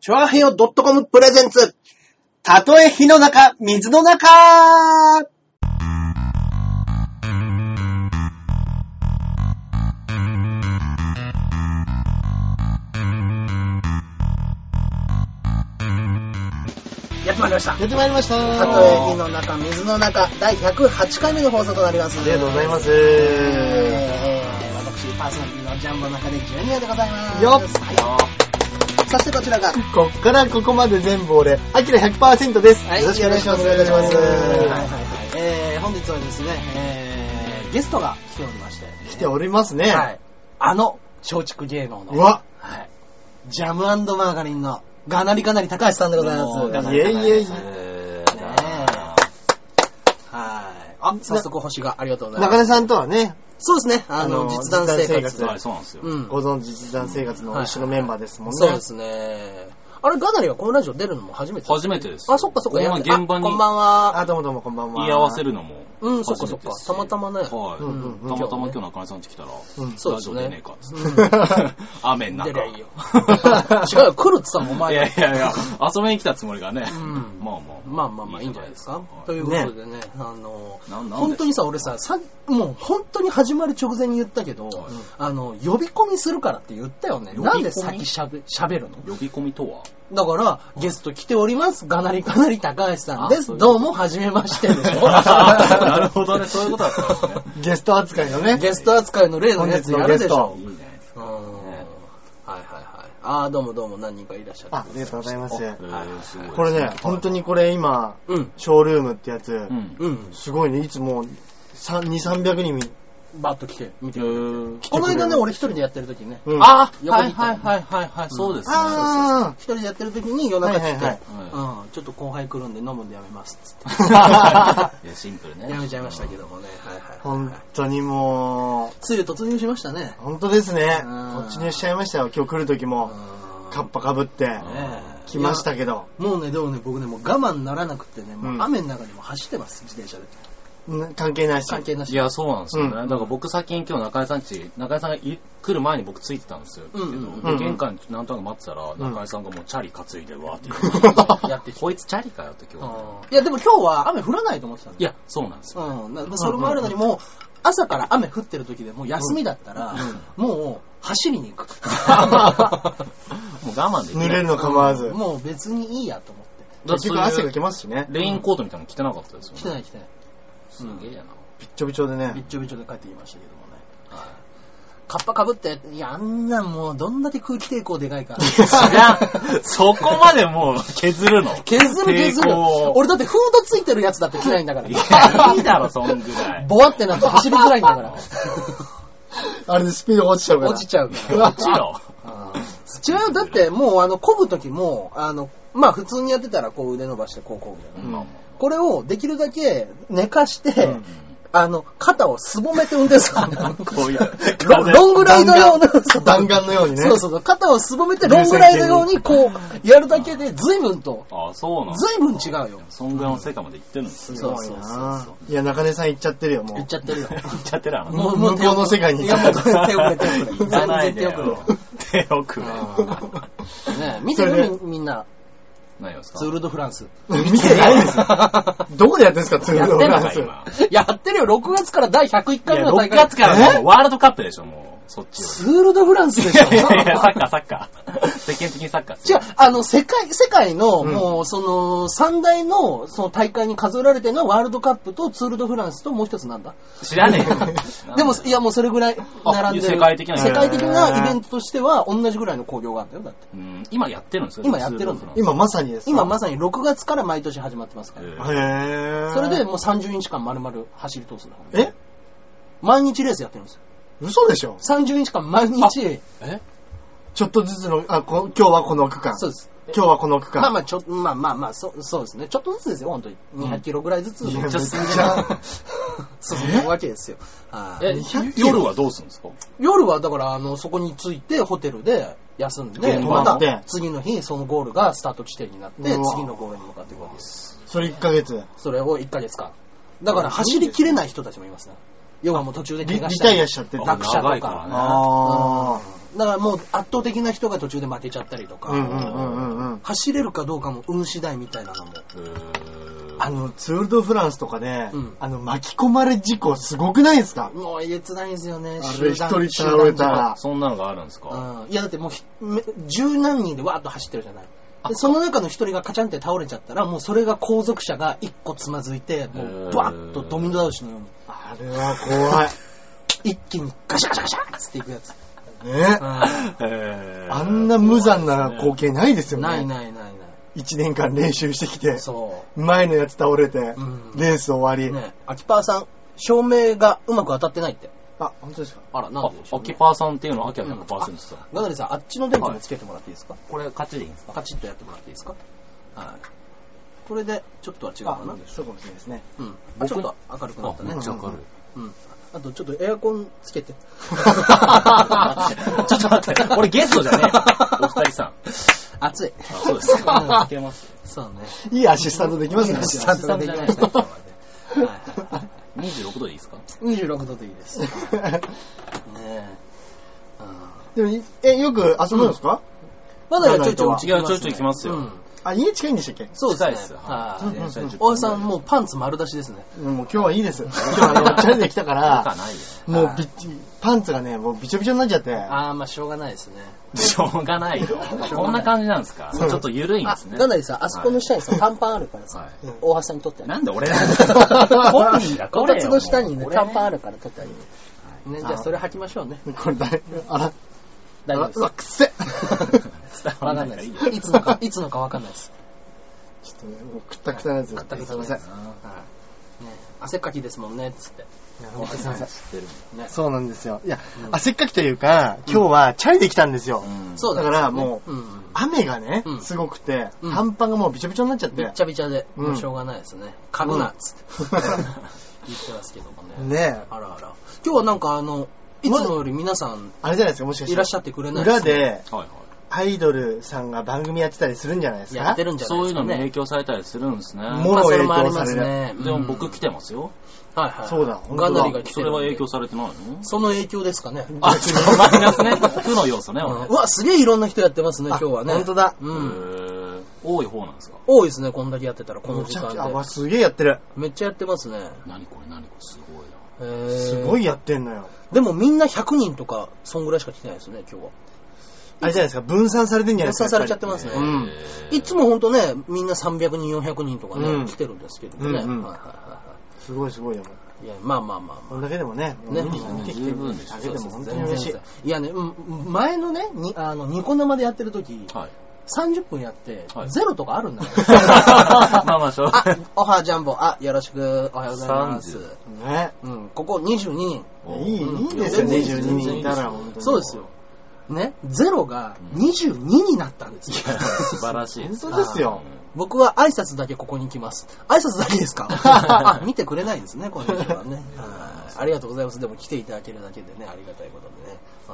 チョアヘヨ .com プレゼンツ。たとえ火の中、水の中やってまいりました。やってまいりました。たとえ火の中、水の中、第108回目の放送となります。ありがとうございます。えー私、パーソナリティのジャンボ中でジュニアでございます。よっはいそしてこちらが、こっからここまで全部俺、アキラ100%です。はい、よろしくお願いします。よろくお願いしますはいはいいはい。えー、本日はですね、えー、ゲストが来ておりまして、来ておりますね。はい。あの、松竹芸能うの、わ、はい。ジャムマーガリンの、がなりかなり高橋さんでございます。がなねり高橋ですねはい。あ、早速星がありがとうございま中す。根さんとはね、そうですね、あの、あの実弾生実弾活生活。はい、そうなんですよ。うん。ご存知実弾生活の一緒のメンバーですもんね。そうですね。あれ、ガナリはこのラジオ出るのも初めて初めてです。あ、そっかそっか。こんやなってあ現場にこんばんは。あ、どうもどうもこんばんは。言い合わせるのも。うん、そっかそっか。たまたまね。はい。うんうんうんたまたま今日中根さん家来たら、うんそうでラすジねオ出ねえかっつって。 雨の出り 中。ゃいい よ。違うよ、来るってさ、おい前やがいやいや、遊びに来たつもりがね。んまあまあ。まあまあまあいいんじゃないですか。ということでね、あのななんですか本当にさ、俺ささ、もう本当に始まる直前に言ったけど、あの、呼び込みするからって言ったよね。呼び込みなんで先しゃべしゃべるの呼び込みと はだから、ゲスト来ております。がなりかなり高橋さんであすそ。ういうことどうも、はじめましてでしょ。 なるほどね、そういうことだったんですね。ゲスト扱いのね。ゲスト扱いの例のやつやるでしょ本。いいね。うんはいはいはい。ああ、どうもどうも何人かいらっしゃる。あ、ありがとうございます。えーすごいこれね、本当にこれ今、うん。ショールームってやつう、ん。うん。すごいね、いつも3、2、300人見バッと来て、見てえーこの間ね、俺一人でやってる時にね。うんああ横はいに行はっいはいはいはい。そうですね。あ一人でやってる時に夜中来て、はいはいはうん、ちょっと後輩来るんで飲むんでやめますっつっ いやシンプルね。て。やめちゃいましたけどもね。はいはいー、はい本はい。当にもついに突入しましたね。う、本当ですね。うん突入しちゃいましたよ、今日来る時も。カッパかぶって、うんねえ来ましたけど。いやもうね、でもね、僕ね、もう我慢ならなくてね、もううん雨の中にも走ってます、自転車で。ん関係ないし。関係なし。いや、そうなんですよね。うんだから僕先に今日中井さんち、中井さんがい来る前に僕ついてたんですよ。うんうんけうどんで玄関になんとなく待ってたら、ん中井さんがもうチャリ担いでわーって言うやってきてこいつチャリかよって今日。うんいや、でも今日は雨降らないと思ってたんいだよ。や、そうなん ですよ。うん、なそれもあるのに、もう朝から雨降ってる時でもう休みだったら、もう走りに行く。もう我慢でき濡ない。れるの構わず。もう別にいいやと思って。だっ結てそう局汗いがうきますしね。レインコートみたいなの着てなかったですよね。来てない来てない。すげえな。びっちょびちょでびっね。ちょびちょで帰ってきましたけどもね。カッパかぶって、いや、あんなんもうどんだけ空気抵抗でかいか。いや、そこまでもう削るの。削る削る抵抗を。俺だってフードついてるやつだって着ないんだからい。や、いいだろ、そんぐら い。ボワってなって走りづらいんだから。あれでスピードが落ちちゃうから。落ちちゃうから。もちろん。違うよだってもうあの、漕ぐ時も、あの、まあ普通にやってたらこう腕伸ばしてこう漕ぐじゃないまあまあこれをできるだけ寝かして、うんあの、肩をすぼめて運転するんだよ こういう。ロロングライド用の、そう弾丸のようにね。そうそうそう、肩をすぼめてロングライド用にこう、やるだけで随分と、あ、そうなんだ随分違うよ。そんぐらいの世界まで行ってるんですそようすごいそなうそう。いや、中根さん行っちゃってるよ、もう。言っちゃって るよ。行っちゃってるあのもう向こうの世界にいや、もう手遅れ、手 遅れ。行かない全然で手よ遅手遅れ。れ。ねえ見てそれるでみみんな、何をですかツール・ド・フランス。見てないで すよ。どこでやってんですか、ツールドフランス。今。やってるよ、6月から第101い回目や、の大6会。月からもうワールドカップでしょ、もう。そっちよツール・ド・フランスでしり。いやいや、ょサッカー、サッカー。世間的にサッカーっす違うよ。、あの、世界、世界の、んもう、その、三大の、その大会に数えられてるのは、ワールドカップとツール・ド・フランスと、もう一つなんだ知らねえよ。でも、いや、もうそれぐらい並んでる。世界的な世界的なイベントとしては、同じぐらいの興行があったよ、だって。うん、今やってるんですよ。今やってるんだよ今まさにですか。今まさに6月から毎年始まってますかへら。ーへー。それで、もう30日間丸々走り通すの。え毎日レースやってるんですよ。嘘でしょ30日間毎日、えちょっとずつの、あ、こ今日はこの区間。そうです。今日はこの区間。まあまあ、ちょ、まあまあまあ、そうそうですね。ちょっとずつですよ、本当に。200キロぐらいずつ、いやめっちちょゃっと進んで進むわけですよ。はいえ200、キロ夜はどうするんですか夜はだからあのそこに着いてホテルで休んででま泊またって次の日そのゴールがスタート地点になってうわ次のゴールに向かっていくわけですそれ1ヶ月。それを1ヶ月間だから走りきれない人たちもいますね要はもう途中でリ怪リ我したタりイアしちゃってる。あ落車と長かいからねあうんだからもう圧倒的な人が途中で負けちゃったりとー。うんうんかうんうんうん。走れるかどうかも運次第みたいなのも。あの、ツール・ド・フランスとかね、うんあの、巻き込まれ事故すごくないですかもうえげつないんですよね。あ集れ団一人倒れたらあそんなのがあるんですか、うんいやだってもうひめ十何人でわーっと走ってるじゃない。あでその中の一人がカチャンって倒れちゃったら、もうそれが後続者が一個つまずいて、もうバーッとドミノ倒しのように、あれは怖い。一気にガシャガシャガシャっつっていくやつ。 ね。うへーあんな無残な光景ないですよんね。ないないないな1年間練習してきてい。、そ前のやつ倒れて、んレース終わう。り。ね秋パーさん、照明がうまく当たってないって。あ、本当ですかあら、なんででしあょう、秋ね。パーさんっていうのは秋はうん100%ですよ、ガナリさん、あっちの電気もつけてもらっていいですか、これ勝ちでいいんですかカチッとやってもらっていいですかはい。これで、ちょっとは違うかなあ。そうかもしれないですね。うん。あ僕ちょっと明るくなったね。あめっちゃ明 るいうん。あと、ちょっとエアコンつけて。ちょっと待って、俺ゲストじゃねえ。お二人さん。あ暑い。そうです。いけます。そうね。いいアシスタントでき ますね。アシスタントできましたね。はいは26度でいいですかい26度でいいです。ねえ。うんでも、え、よく遊ぶんですか、まだちょいちょい違うちょいちょい来ますようんあ、家近いんでしたっけそう近いでですすね。よはうんうんうんい。大江さん、もうパンツ丸出しですね。うんもう今日はいいです。今日はチャリで来たか、なんか らないよ。もうびっちパンツがね、もうびちょびちょになっちゃって。あー、まあしょうがないですね。しょうがないよ。こんな感じなんですかちそうょっと緩いんであす、ね。かなりさ、あそこの下にさ、短パンあるからはさ、い大橋さんにと ってはね。なんで俺なんだ本人がここれたよつの下にねも、う短パンあるから取ってあげる。ね、じゃあそれ履きましょうね。これ誰、あら、大丈夫あでうす。わ、くっせ 伝わわらかなんいかないでらいす。いよいつのか、 いつのかわかんないです。ちょっとね、もうくったくたなやつ。くったくたすいなやつません。いはいね汗っかきですもんね、つって。や本当すいません。知ってる。ね。そうなんですよ。いや、うん汗っかきというか、今日はチャリで来たんですよ。うんそうだだからもううんうん。雨がねう、んすごくて、うん短パンがもうびちょびちょになっちゃっ。びってちゃびちゃで、うんもうしょうがないですね。かぶなっつって 言ってますけどもね。 ねえあらあら。今日はなんかあの、いつもより皆さんあれじゃないですか、もしかして。いらっしゃってくれない裏で、はいはい。アイドルさんが番組やってたりするんじゃないですか。やってるんじゃないそうでいすうかのに影ね。響されたりするんですね。もろ影響されるねでも僕来てますよ。はいはいはい。そうだ本当ガだンダリが来てそるれんでは影響されてないのその影響ですかね。あ、ちょっとマイナスね。 負の要素ね、うん俺う。わ、すげえいろんな人やってますね、今日はね。あ本当だ。う。うんん。多い方なんですか多いですね、こんだけやってたら、このむ時ちゃ間くちゃ、あ、わで。すげえやってる。めっちゃやってますね。何これ何これすごいへな。ーすごいやってんのよ。でもみんな100人とか、そんぐらいしか来てないですね、今日は。あれじゃないですか、分散されてんじゃない分ですか。散されちゃってますね。ううんいつもほんとね、みんな300人、400人とかね、うん来てるんですけどもね。うんうんはいはいはすごいすごいよ。いはいいや、まあまあまあまこれだけでもね、もうね見て見てきてるだけでも本あ。当に嬉しい。いやね、うん前のね、にあの、ニコ生でやってる時、はい。 30分やっては、いゼロとかあ るんだよ。まあまあ、しょうがなあい。、おはジャンボ、あ、よろしく、おはようございます。 30ね。うん、ここ22人。いい、うんいいですよ、全然22人いたら本当に。そうですよ。ね、ゼロが22になったんですよ。素晴らしい。本当ですよ。僕は挨拶だけここに来ます。挨拶だけです かあ、見てくれないんですね、この人はね。はいありがとうございます。でも来ていただけるだけでね、ありがたいことでね。あ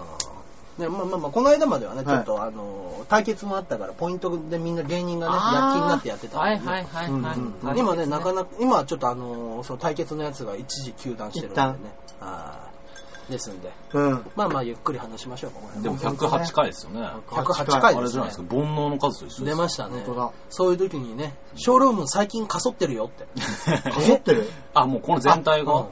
ーね、まあまあまあ、この間まではね、ちょっと、あのー、対決もあったから、ポイントでみんな芸人がね、躍起になってやってたんはでいね、はいはいうんうんはいうん。はい今ね、なかなか、今はちょっとあのー、その対決のやつが一時休断してるんでね。はいですんで、うん。まあまあ、ゆっくり話しましょうか、この辺でも108回ですよね。あ108回れでじすゃないねです。か、煩悩の数と一緒で出す。ましたね本当だ。そういう時にね、ショールーム最近かそってるよって。か そってる。あ、もうこの全う体んが。だか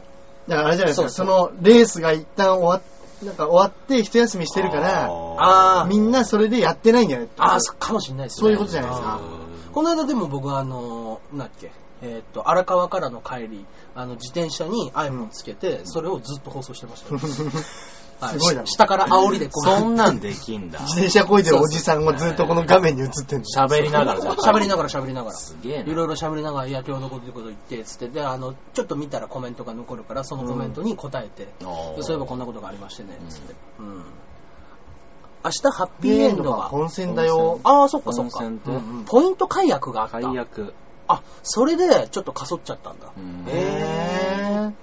らあれじゃないですか、そそうのレースが一旦終わっ、なんか終わって一休みしてるから、あーみんなそれでやってないんじゃないああ、そうかもしれないですね。そういうことじゃないですかあーこの間でも僕はあのー、なんだっけ、えーっと、荒川からの帰り、あの、自転車に iPhone つけて、それをずっと放送してま したよ。はいすごいなし下から煽りでこう、そんなんできんだ。 自転車こいでるおじさんがずっとこの画面に映ってんの。喋りながらじゃん 喋りながら喋りながら。すげえいな。ろいろ喋りながら、いや、今日のこということ言って、つって、で、あの、ちょっと見たらコメントが残るから、そのコメントに答えて、あーでそういえばこんなことがありましてね、つって。うん。明日、ハッピーピエエンンドドがが。本戦だよ。ああ、そっかそっか。温泉ってうんポイント解約があった。解約。あ、それで、ちょっとかそっちゃったんだ。うんへえ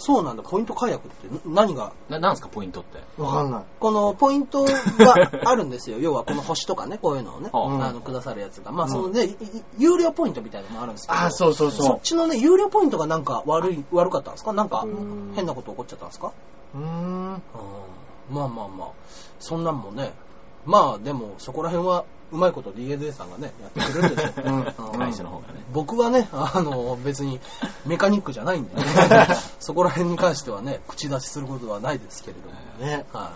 そうなんだ、ポイント解約って、ん何がな、なんすか、ポイントって。ー。わかんない。このポイントがあるんですよ。 要はこの星とかね、こういうのをね、はああの、くださるやつが。まあ、そのね、いい有料ポイントみたいなのもあるんですけど。あ、そうそうそそっちのね、有料ポイントがなんか悪い、悪かったんですかなんかうん変なこと起こっちゃったんですかう。うーん。うんまあまあまあ、そんなんもね、まあでもそこら辺はうまいこと DNA さんがね、やってくれるんで しょう。うん会社の方がね。僕はね、あの、別にメカニックじゃないんで、 ね、そこら辺に関してはね、口出しすることはないですけれども。ね。は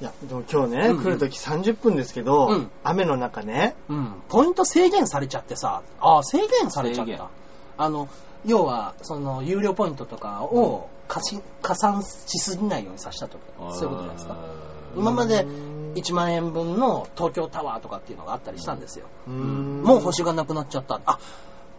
いや、でも今日ね、うんうん来るとき30分ですけど、うん雨の中ね、い。うん。ポイント制限されちゃってさ、ああ、制限されちゃっ制限た。あの、要は、その、有料ポイントとかを加し、加算しすぎないようにさせたとか、そういうことなんですか。今まで1万円分の東京タワーとかっていうのがあったりしたんですよ。うーんもう星がなくなっちゃった。あ、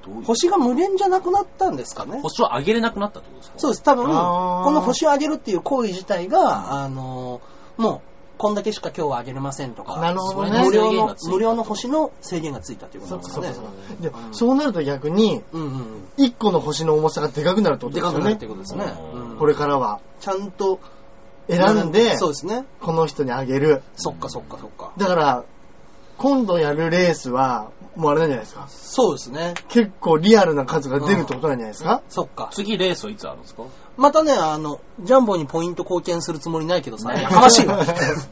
どういう星が無限じゃなくなったんですかね。星を上げれなくなったってことですかそうです。多分、こあーの星を上げるっていう行為自体が、あのー、もう、こんだけしか今日は上げれませんとか、なるほどね無それに料制限がのつい、た無料の星の制限がついたというこそとっでかすそっねかそっ。か。うんで、そうなると逆に、うんうん1個の星の重さがでかくなるってうん。ことでですかよくなるってね。ことですね。うんこれからは。ちゃんと選んで、そうですね。この人にあげる。そっかそっかそっか。だから、今度やるレースは、もうあれなんじゃないですか。そうですね。結構リアルな数が出るってことなんじゃないですか。そっか。次レースはいつあるんですかまたね、あの、ジャンボにポイント貢献するつもりないけどさ、やかましいわ。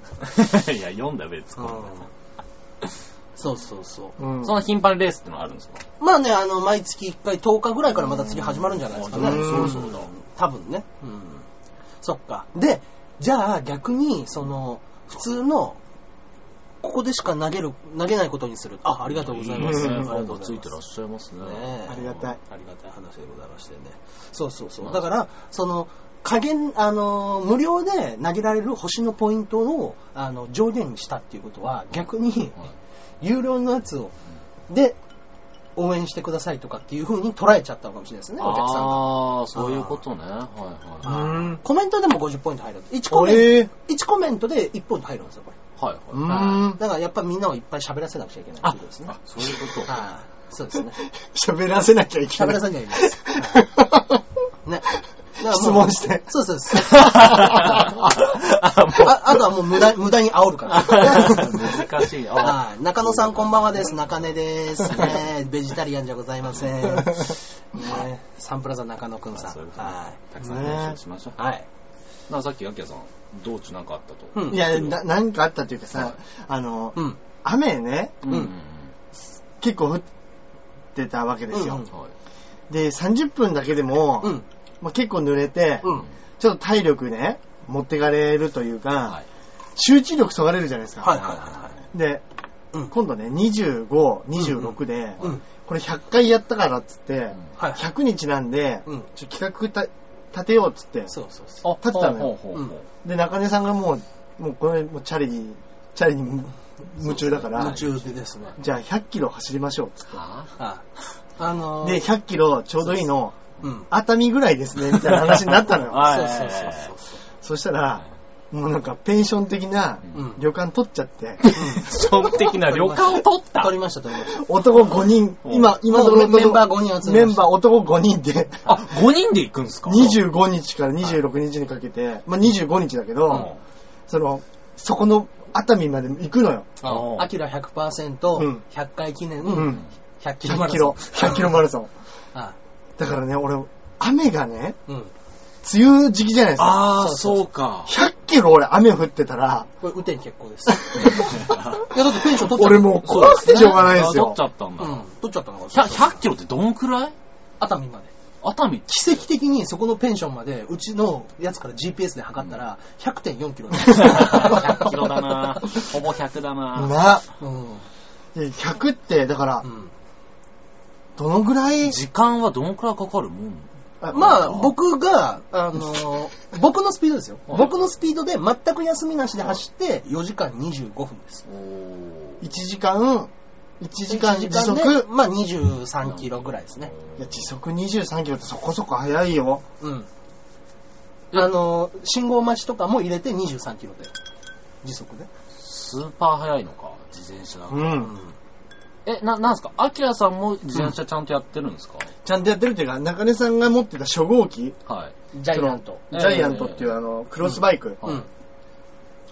いや、読んだべ、突っう込んんだそうそうそう。うんそんな頻繁にレースってのはあるんですかまあね、あの、毎月1回10日ぐらいからまた次始まるんじゃないですかね。うんそうそうそう。多分ね。うん。そっか。で、じゃあ逆に、その、普通の、ここでしか投げる、投げないことにする。あ、ありがとうございます。うんありがとファうンごがざついいまてすらっ。しゃいますねね。えありがたい。ありがたい話でございましてね。そうそうそう。だから、その、加減、あのー、無料で投げられる星のポイントを、あの、上限にしたっていうことは、逆に、有料のやつを、で、応援してくださいとかっていう風に捉えちゃったのかもしれないですね、お客さんが。ああ、そういうことね。はいはい。ーうんコメントでも50ポイント入る。1コこメンれ、うト、1コメントで1ポイント入るんですよ、これ。はいーはい。ん。だからやっぱりみんなをいっぱい喋らせなくちゃいけないっていうことですね。あ、そういうこと。はい。そうですね。喋らせなきゃいけ喋ならい。せないです。ね。だからもう質問してそうそう そう。ああとはもう無駄無駄に煽る から。難しい。あはい中野さんこんばんはです。中根です。ね、ベジタリアンじゃございません。ね、サンプラザ中野くんあさん。そういうことねはたくさん練習しましょうい。。はい。なんかさっき、アキラさん、道中なんかあったと。うん。 いや、ななんかあったというかさ、あの、うん。雨ね、うん結構降ってたわけですよ。うんはい。で、30分だけでも、うん。まあ、結構濡れて、うん。ちょっと体力ね、持ってかれるというか、はい集中力そがれるじゃないですか。はいはいはで、い。うん。今度ね、25、26で、うん。これ100回やったからっつって、はい。 100日なんで、うん。ちょっと企画た立てようっつって、そうそうそう。あ立ってたのよほうほうほうほうで、中根さんがもう、もうこれ、もうチャリに、チャリにむ夢中だから、夢中でですね。じゃあ100キロ走りましょうっつって。はあはい。あのーで、、100キロちょうどいいの、うん。熱海ぐらいですね、みたいな話になったの よ。はいそうそうそうそう。そしたら、もうなんかペンション的なうん。うん。旅館取っちゃって、基本的な旅館を取った取りました、取りました。男5人、 うん今、今のところメンバー5人集めメまンしたバー男5人で、あ、5人で行くんですか25日から26日にかけて、まあ25日だけうんど、その、そこの熱海まで行くのよ。あアキラ100%、うん100回記念、うん100キロマ100ラキソロ、ン。 100キロマラソン。はだからね、俺、雨がね、い。うん。梅雨時期じゃないですか。あそー、うそそうか。 100キロ俺雨降ってたら、これ、雨天結構です。 いや、だってペンション取っちゃった。俺もう怖くてしょうがないです取よっち。ゃったんだう。ん、取っちゃったのが。 100 100キロってどんくらい熱海まで。熱海奇跡的にそこのペンションまで、うちのやつから GPS で測ったら、100.4キロ。 100キロだなほぼ100だなな、うん。 100って、だからう、ん。どのぐらい、時間はどんくらいかかるもんまあ、僕が、あのー 僕のスピードですよ。はい僕のスピードで全く休みなしで走って、4時間25分です。おー1時間、1時間時で速、まあ、23キロぐらいですね。いや、時速23キロってそこそこ速いよ。うん。あのー信号待ちとかも入れて23キロで。時速ね。スーパー速いのか、自転車だかう。。ら。うんえ、な、なんすかアキラさんも自転車ちゃんとやってるんですかちゃんとやってるっていうか、中根さんが持ってた初号機、はい。ジャイアント。ジャイアントっていうええあの、クロスバイク、うんうん。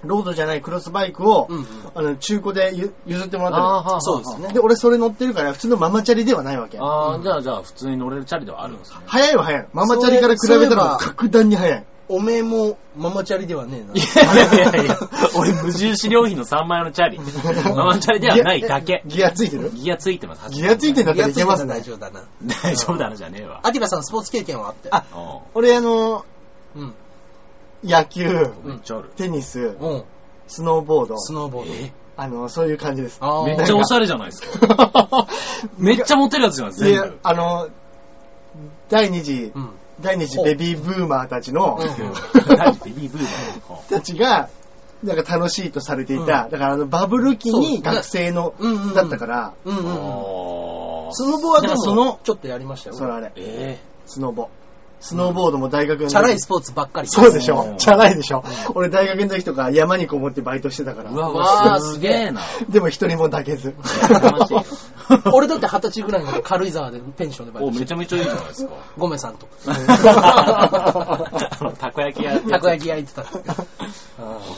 ロードじゃないクロスバイクを、うんうん。あの、中古でゆ譲ってもらったあのーはあそうですねで、俺それ乗ってるから、普通のママチャリではないわけ。ああ、じゃあ、じゃあ、普通に乗れるチャリではあるんですね。速いは速い。ママチャリから比べたらそれ 格段に速い。おめえもママチャリではねえな。いやいやいや、俺無印良品の3万円のチャリ。ママチャリではないだけ。ギアついてるギアついてます。ギアついてんだったらいけます大ね。丈夫だな。大丈夫だなじゃねえわ。アキラさんスポーツ経験はあって。あう俺、あの、うん。野球、んめっちゃある。テニス、うん。スノーボード、スノーボーあの、そういう感じです。ド。めっあちーゃおしゃれじゃないですか。めっちゃモテるやつじゃないですか。い全や部、。あの、第二次、うん。第二次ベビーブーマ ーたちの、うん何ビビブーバーたちが、なんか楽しいとされていた、だからあのバブル期そうに学生の、うんうんうんだったから、うんうんうん。あースノボはでだかも、らそのちょっとやりましたよ。それあれ、えスノボ。スノーボードも大学の時、チャラいスポーツばっかり。そうでしうょんチャラいでしょ、俺大学の時とか山にこもってバイトしてたかえら。うわ、うわわーすげえな。でも一人も抱けず。羨ま しいよ俺だって二十歳ぐらいの時軽井沢でペンションでバイお、トしめてちゃめちゃいいじゃないですか。ごめんさんと。あのたこ焼きやってたこ焼き。き焼いてたって。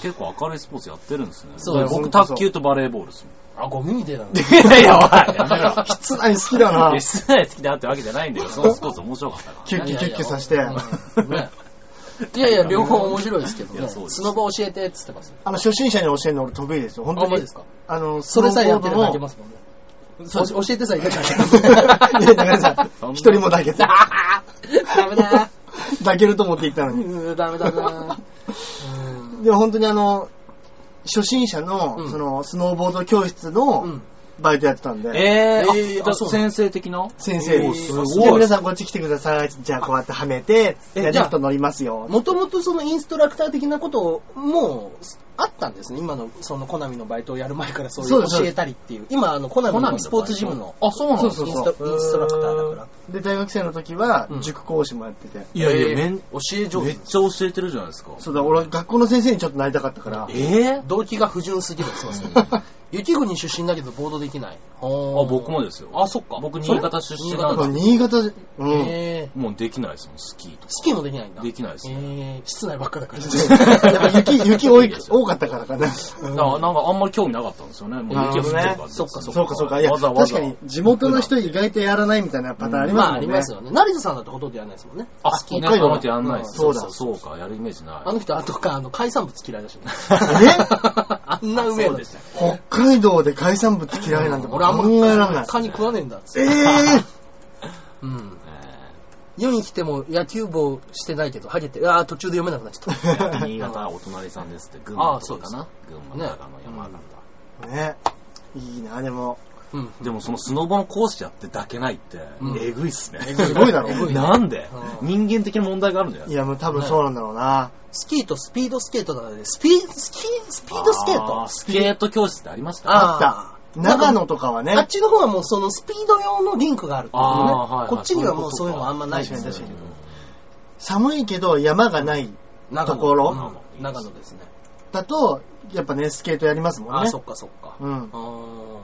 結構明るいスポーツやってるんですね。そうです僕、卓球とバレーボールです もん。あ、ゴミみてえだな。いやいや、おい、や めろ。室内好きだな。室内好きだってわけじゃないんだよ。そのスポーツ面白かったかキュッキュキュッキュさして。うんねいやいや、両方面白いですけどいね。やそうですスノボ教えてって言ってますよ。あの、初心者に教えるの俺得意ですよ。本あ、マ当に。ジですかあの、それさえやってればいけスノーボードもますもんね。そう教えてさえいけたら。いやだからさそん、な一人も抱けず。ダメだ。抱けると思って行ったのうに。ーダメだな。でも本当にあの、初心者の、うんその、スノーボード教室うのん。バイトやってたんで、ら。ええーー、ああそうな先生的な先生おにーすごでい皆。さんこっち来てください。じゃあこうやってはめて、えじゃあじリゃあフト乗りますよ。もともとそのインストラクター的なことを、もう、あったんですね。今の、そのコナミのバイトをやる前からそういそううですそう教でえすたりっていう。今、あの、コナミのスポーツジムの。あ、そうなんそでうすそイうかンスそう。トインストラクターだから。で、大学生の時はうん、塾講師もやってて。いやいや、めえんー、教え上め手っ。ちゃ教えてるじゃないですか。そうだ、俺は学校の先生にちょっとなりたかったから。 えー動機が不純すぎる。そうそう。雪国出身だけどボードできない。あ、あ、僕もですよ。あ、そっか。僕、新潟出身そなれんでもう新潟で、へうん。え。もうできないですもん、スキーとか。スキーもできないんだ。できないですね。えー室内ばっかだから。やっぱ雪、 雪多い多かったか らかな。だからなんかあんまり興味なかったんですよね。もう雪が降ってるからなるほどねそっかそうかそうか。いや、わざわ確ざ。かに地元の人意外とやらないみたいなパターンありまますあ、もあんね。りますよね。成田さんだってほとんどやらないですもんね。あ、北海ね、道あの人やんないですうんそうだそうか、やるイメージなあの人、あとか、あの、海産物嫌いだしね。 あんい。なうめえそうのでした。北海道で海産物嫌いなんて考俺 あんまえられない。カニ食わねえんだっつ ってええうん。え世に来ても野球帽してないけど、ハゲて、ああ、途中で読めなくなっちゃっー新潟はお隣さんですって、群馬あそとうでかすかな。群馬、ね長野、山 形。ね。いいな、でも。た。 うん。でもそのスノボの講師やって抱けないってうん、えぐいっすね。すごいだろえぐいね なんでうん人間的な問題があるんじゃないいや、もう多分そうなんだろうな。スキーとスピードスケートだからね、スピード、スキー、スピードスケーあトスケート教室ってありましたあーあった。長野とかはあっね。ちの方はもうそのスピード用のリンクがあるっていうね。あーはいはいこっちにはもうそういうのあんまないです確よかにね確。寒いけど山がない。長ところうん長野ですね。だと、やっぱね、スケートやりますもんあ、ねそ。っかそっか。うんあ。ー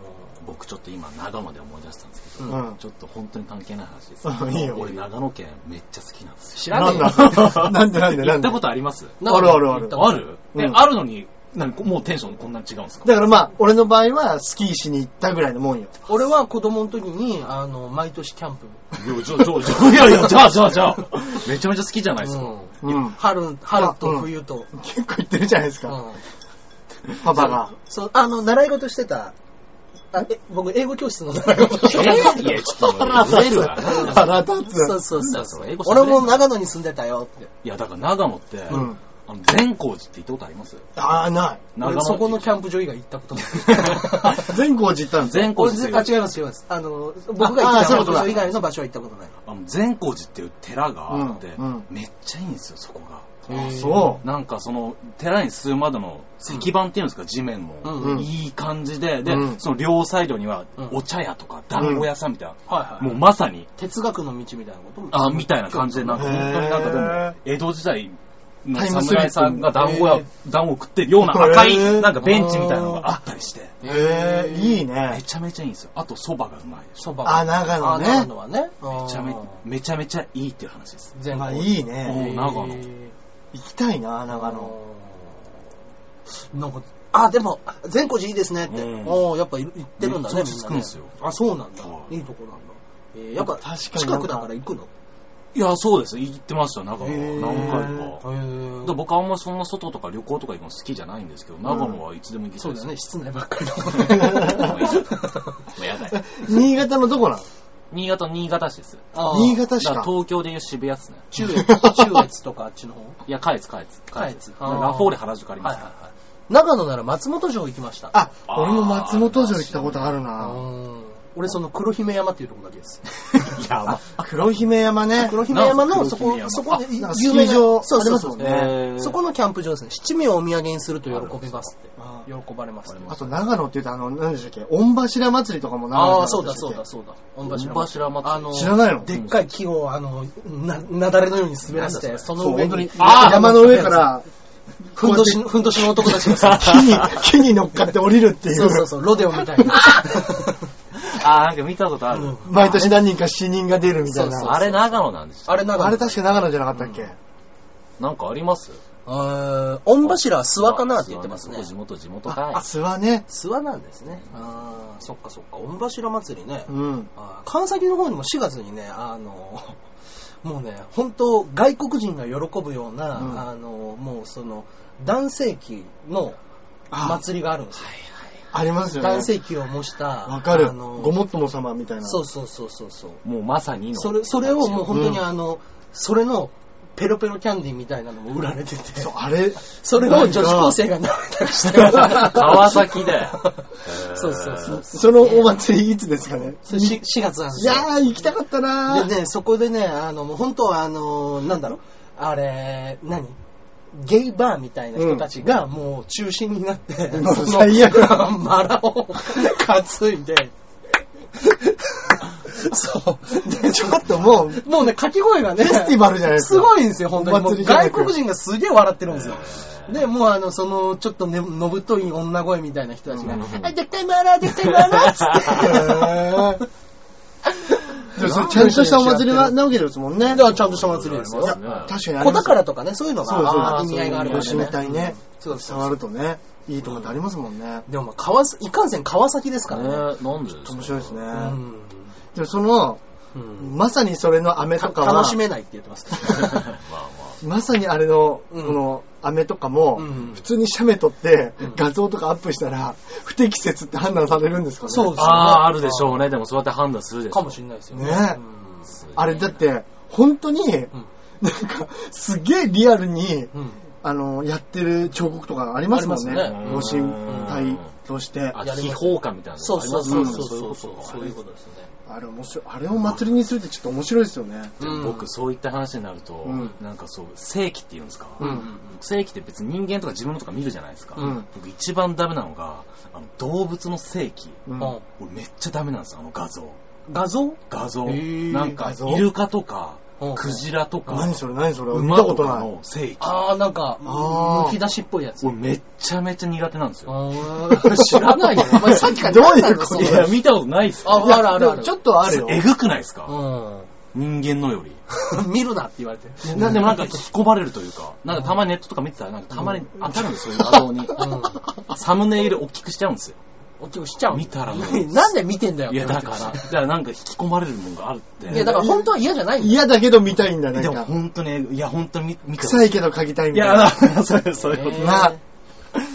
僕ちょっと今長野で思い出したんですけうど、うんちょっと本当に関係ない話ですうんいいよ俺長野県めっちゃ好きなんですよ。知ならんねだなんでなんでな行んでったことありますえあるあるあるあるうんえ、あるのに、なんかもうテンションこんなに違うんですかだからまあ、俺の場合はスキーしに行ったぐらいのもんよ。俺は子供の時に、あの、毎年キャンプ。いや、じゃあ、じゃあ、じゃあ、いやいや、じゃあ、じゃあ、じゃあ、めちゃめちゃ好きじゃないですか。うんうん。春、春と冬と。結構行ってるじゃないですうか。んパパが。そう、あの、習い事してた。あえ僕、英語教室の習い事して えた。いや、ちょっと、触れるわ。腹立そうつ。そうなそんうだそれ英語喋れ俺ないも長野に住んでたよって。いや、だから長野って、うん。あの、善光寺って行ったことありますああ、ない。長俺野。そこのキャンプ場以外行った ことない。全光寺行ったんです善光俺寺ってぜいあ、違ういます違います。あの、僕が行ったキャンプ場以外の場所は行ったことない。あの善光寺っていう寺があって、うんうんめっちゃいいんですよ、そこが。へーそなんかその、寺に進むまでの石板っていうんですか、地面の。うんうんいい感じで、で、うんその両サイドにはうん、お茶屋とか、団子屋さんみたいな。はいもうまさに、哲学の道みたいなことあ、みたいな感じで、なんかへ本ー当になんかでも、江戸時代のタイムスリップ侍さんが団子へや、団子を食ってるような赤いへ、ーなんかベンチみたいなのがあったりして、う。へえ、いいめね。ちゃめちゃいいんですよ。あと、蕎麦がうまいです。そば。あ、長野あ長ね。野はね。めちゃめあーめちゃめちゃいいっていう話です。全まあ国いいうんね。お長野へー行きたいな、長野。なんか、あ、でも、善光寺いいですねって。うんおーやっぱい行ってるんだね、めみんっちゃ落ちな着ねくんですよあ、そうなんだは。いいいとこなんだ。えーやっぱ、確かになんか近くだから行くのいや、そうです。行ってましたよ、長へー野は。何回か。へで僕はあんまそんな外とか旅行とか行くの好きじゃないんですけど、長野はいつでも行けそうだですよね、室内ばっ かりもういいじゃんもうやだよ。新潟のどこな新潟、新潟市です。のの新潟潟市だからか。東京でいう渋谷っすね。中越、中越とかあっちの方いや、下越、下越。下越あーラフォーレ原宿ありまはいはいす。はい。長野なら松本城行きました。あ、あー俺も松本城行ったことあるうな。ーん俺その黒姫山っていうとこだけです。やば。黒姫山ね。黒姫山のなんそすかこ黒姫、山そこであなんか有名なスキー場そうそうそうありますもんねえーそこのキャンプ場ですね。七味をお土産にすると喜びますって。あー喜ばれますね。あと長野って言うと、あの、何でしたっけ、御柱祭りとかも長野あだあ、ったそうんでだしたそっうけだそうだ。御御柱祭りあの、知らないのでっかい木を、あの、な、なだれのように滑らせて、そそのう、上本当にに、、あー山の上 から、ふんどし、ふんどしの男たちがさ、木 に、木に乗っかって降りるっていそうう。そうそう、ロデオみたいな。あー、なんか見たことある。うん毎年何人か死人が出るみたいそうそうな。あれ長野なんでした。あれなんか、あれ確か長野じゃなかったっうけんなんかありますあー御柱は諏訪かなって言ってますね諏訪。地元、地元あ、か諏訪ね。諏訪なんですね。ああ、そっかそっか、御柱祭りね。うん。あー関西の方にも4月にね、あの、 もうね、本当外国人が喜ぶような、うんあの、もうその、男性器のあ、祭りがあるんですよ。ありますよね男。性器を模した、わかる。あのごもっとも様みたいな。そうそうそうそうそう。い。もうまさにの。それ、それをもう本当にうんあの、それの、ペロペロキャンディーみたいなのも売られてて、そう、あれ、それを女子高生が舐めたりして、川崎で。 そうそうそう。そのお祭りいつですかね。それし 4, 月なんでいすよ。やー、行きたかったなー。でね、そこでね、あの、もう本当は、あの、なんだろう、あれ、何ゲイバーみたいな人たちがもう中心になって、ん最悪マラ を担いで、そう。で、 ちょっともう、フもうね、掛け声がね、ェスティバルじゃないですか。すごいんですよ、本当に。もおう祭りじゃな外く国人がすげえ笑ってるんですよ。で、もうあの、その、ちょっとね、のぶとい女声みたいな人たちが、うんあ、でっかいマラー、でっかいマラーっつって。 でもそれちゃんとしたお祭りはなわけですもんね。だからちゃんとした祭りですよ。ありますね確かにあれ子宝とかね、そういうのそうそうがあー意味合いがあるから吉みたいね。そうそう触るとね、いいとこってありますもんね。でもまあ川崎、いかんせん川崎ですからね。ねなんでですか面白いです ね。うんでもその、うんまさにそれの飴とかは、楽しめないって言ってます。 まあまさにあれの、うんこの飴とかも、うん普通に写メ撮ってうん画像とかアップしたら、不適切って判断されるんですかね。そうまあ。ああ、あるでしょうね。でもそうやって判断するでしょかう。もしれないですよね。ねうんあれだって、本当に、なんか、すげえリアルに、うんあの、やってる彫刻とかありますもんね。ありますねご神体として。あ、秘宝感みたいなのそうそうあそりうますそねうそうそういうことそういうことですね。あれ面白い。あれを祭りにするってちょっと面白いですよね。でも僕、そういった話になると、うんなんかそう、正規って言うんですか、うん正規って別に人間とか自分のとか見るじゃないですか。うん僕一番ダメなのが、あの動物の正規。うんうん俺めっちゃダメなんですよ、あの画像。画像画像。へーなんか画像、イルカとかうん、クジラとか、何それ何それ見馬たとことかない。の正規。あー、なんか、あーむき出しっぽいやつ。俺めっちゃめちゃ苦手なんですよ。あー知らないよ。お前さっきからどうい何うなのそこれといや、見たことないっすあ、よ。いやあるあるあでもる。ちょっとあるよ。えぐくないですかう人間のより。ん。 見るなって言われて。なでもなんか引き込まれるというか、なんかたまにネットとか見てたら、なんかたまに当たるんですよ、そういう画像に。サムネイル大きくしちゃうんですよ。大きくしちゃう。見たらもう なんで見てんだよ。いや、だから、だからなんか引き込まれるもんがあるって。いや、だから本当は嫌じゃないんだよ嫌だけど見たいんだ、なんでもか。本当に、いや、本当に見見てほ臭しいけど嗅ぎたいい。いみたいや、な。だから そういうそういうこと。ねな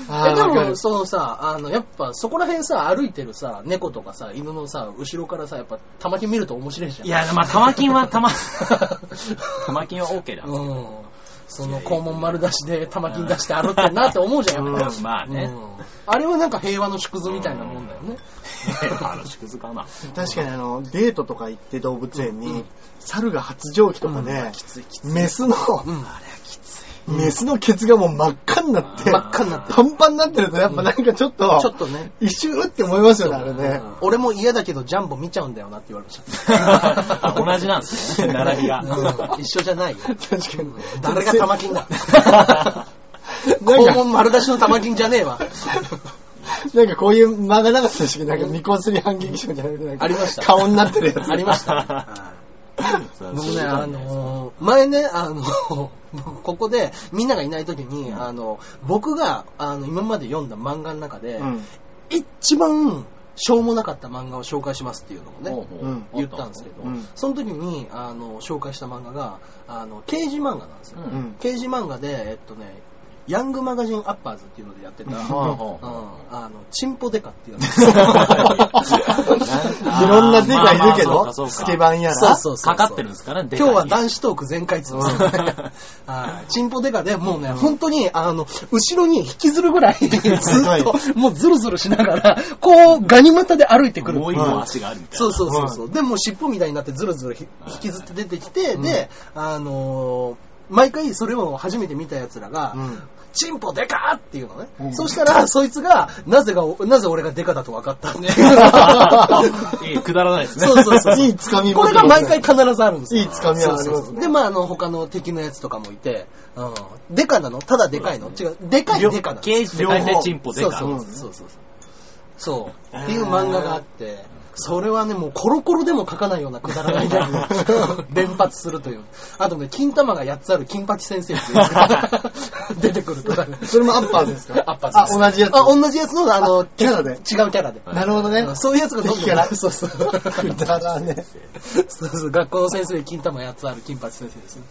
あえーでわかるも、そのさ、あの、やっぱ、そこら辺さ、歩いてるさ、猫とかさ、犬のさ、後ろからさ、やっぱ、玉金見ると面白いじゃん。い、や、まあ、玉金は玉、玉金は OK だ。うん。その、肛門丸出しで玉金出して歩ってんなって思うじゃん、やっぱり。うんまあねうんあれはなんか平和の縮図みたいなもんだよね。あの、縮図かな。 確かにあの、デートとか行って動物園うんに、猿が発情期とかね、メスの、うん。メスのケツがもう真っ赤になって、真っ赤になってるパンパンになってるとやっぱなんかちょっと、ちょっとね。一瞬うって思いますよね、あれね。俺も嫌だけど、ジャンボ見ちゃうんだよなって言われました。あ同じなんですね、並びが。うん一緒じゃないよ。確かに。誰が玉 金だ。なん肛か、門丸出しの玉金じゃねえわ。なんかこういう間がなかったし、なんか未婚する反撃者じゃなくて、なんかありました顔になってるやつ。ありま した。僕ね、あのー前ね、あの、 僕ここでみんながいない時に、あの、僕が、あの、今まで読んだ漫画の中で、うん一番しょうもなかった漫画を紹介しますっていうのもね、ほうほううん言ったんですけど、うんその時にあの紹介した漫画があの刑事漫画なんですよ、うん うん刑事漫画でえっとねヤングマガジンアッパーズっていうのでやってた、うん、はあのチンポデカっていうの いろんなデカいるけまあまあどそうかそう、かスケバンやそうら。そうそうかかってるんですから、でかい今日は男子トーク全開っつうの はいチンポデカで、もうね、本当に、あの、後ろに引きずるぐ らい、ずっはいと、もうズルズルしながら、こう、ガニ股で歩いてくる。もう一個足があるみたいな。そうそうそうそう。で、もう尻尾みたいになってずるずるひ引きずって出てきて、で、あのー毎回それを初めて見た奴らが、うんチンポデカーっていうのね。うんそしたら、そいつが、なぜが、なぜ俺がデカだと分かったんで。 ええくだら ないですね。そうそう そう。いいつかみこもれが毎回必ずあるんですよ。いいつかみはありそうまそうすそうね。で、まあ、あの、他の敵のやつとかもいて、うん。デカなのただでかいの違う。でかいデカなの。刑事で大体チンポでか。そうそうそうそうそうそうっていう漫画があってそれはねもうコロコロでも書かないようなくだ らないギャグを連発するというあとね金玉が8つある金八先生っていうのが 出てくるとかねそれもアッパーですかアッパーですあ、同じやつ。あ同じやつのあのあキャラで違うキャラでなるほどね。 そういうやつがどんどん敵キャラそう そうだらね。そうそう学校の先生で金玉8つある金八先生ですね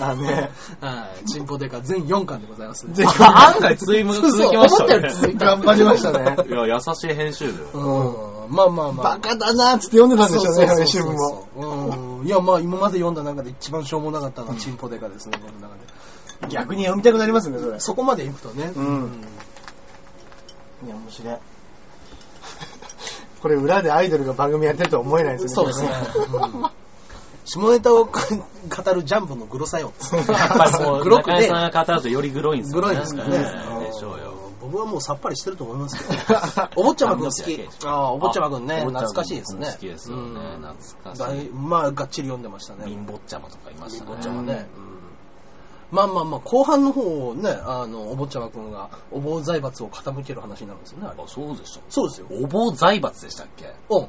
だね。はいチンポデカ全4巻でございますぜひ、 案外追問続きましそうそう思ったよりた続ね。い頑張りましたね。いや、優しい編集 部。うんまあまあまあバカだなーっつって読んでたんでしょうね、そう編そ集う部も。そうそううん。いや、まあ今まで読んだ中で一番しょうもなかったのはチンポデカですね、この中で。逆に読みたくなりますね、それ。そこまで行くとね。うんいや、面白い。 これ裏でアイドルが番組やってるとは思えないですうんね。そうですねこれ。うん下ネタを語るジャンボのグロさよ。やっぱりもう、グロく中ね井さんが語るとよりグロいんですグよね。ロいですね。ねでしょうよ。僕はもうさっぱりしてると思いますけど。 お坊ちゃまくん好き。ああ、お坊ちゃまくんね、あお坊ちゃまくん懐かしいですね。好きですよねうん懐かしいだいまあ、がっちり読んでましたね。貧乏ちゃまとかいましたね。お坊ちゃまね。まあまあまあ、後半の方をね、あの、お坊ちゃまくんが、お坊財閥を傾ける話になるんですよね、あれあ、そうでしょ。そうですよ。お坊財閥でしたっけうん。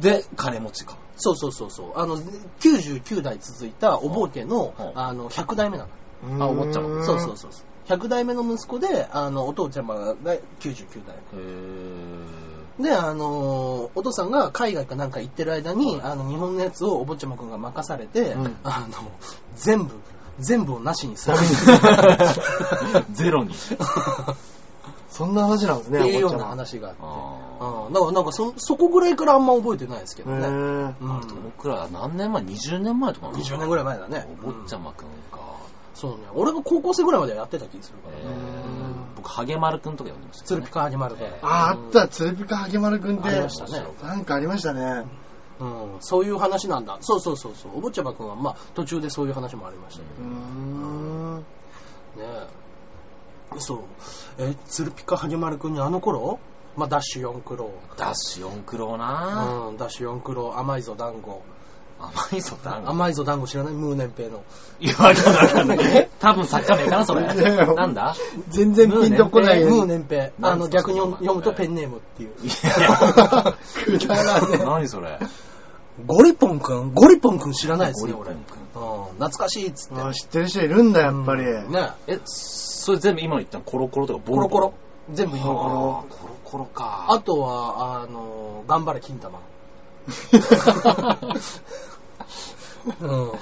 で、金持ちか。そうそうそうそう。あの、99代続いたお坊家の、うんあの、100代目なの。あお坊ちゃまうそうそうそうそう。100代目の息子で、あの、お父ちゃまが99代へ ー。目。で、あの、お父さんが海外かなんか行ってる間に、あの、日本のやつをお坊ちゃまくんが任されて、うんあの、全部、全部をなしにする。ゼロに。そんな話なんですっね、ていうよお坊うちゃなま。話があって。あうん、だからなんかそ、そこぐらいからあんま覚えてないですけどね。へうん、ーどのくらい何年前 ?20 年前とかな20年ぐらい前だね。お坊ちゃうんまくんか。そうね。俺が高校生ぐらいまでやってた気がするから。えー僕、ハゲマルくんとか呼んでましたね。ツルピカ始まると、ええああった、つるぴかはげまるくんって。ありましたねなんかありましたね。うん、そういう話なんだそうそうそうそうおぼちゃまくんはまあ途中でそういう話もありましたうーん。けどねそうえツルピカはげまるくんにあの頃まあダッシュ4クロダッシュ4クロなうん、ダッシュ4クロ甘いぞ団子甘いぞ、だん甘いぞ団子知らないムーネンペイのいや、わかんないわかん ない。多分作家名かな、それ。いやいやなんだ全然ピンとこなペい。ムー くネンペイ何あのですか逆に読むそ読むとの名前ペンネームっていうだらね何それ。ゴリポンくんゴリポンくん知らないですゴリねポン俺、うん、君。懐かしいっつってえ。あ知ってる人いるんだ、やっぱり。ねえ、それ全部今言ったのコロコロとかボコロロココロロ全部今からあーコロコロか。あとは、あの、頑張れ、金 玉。うん、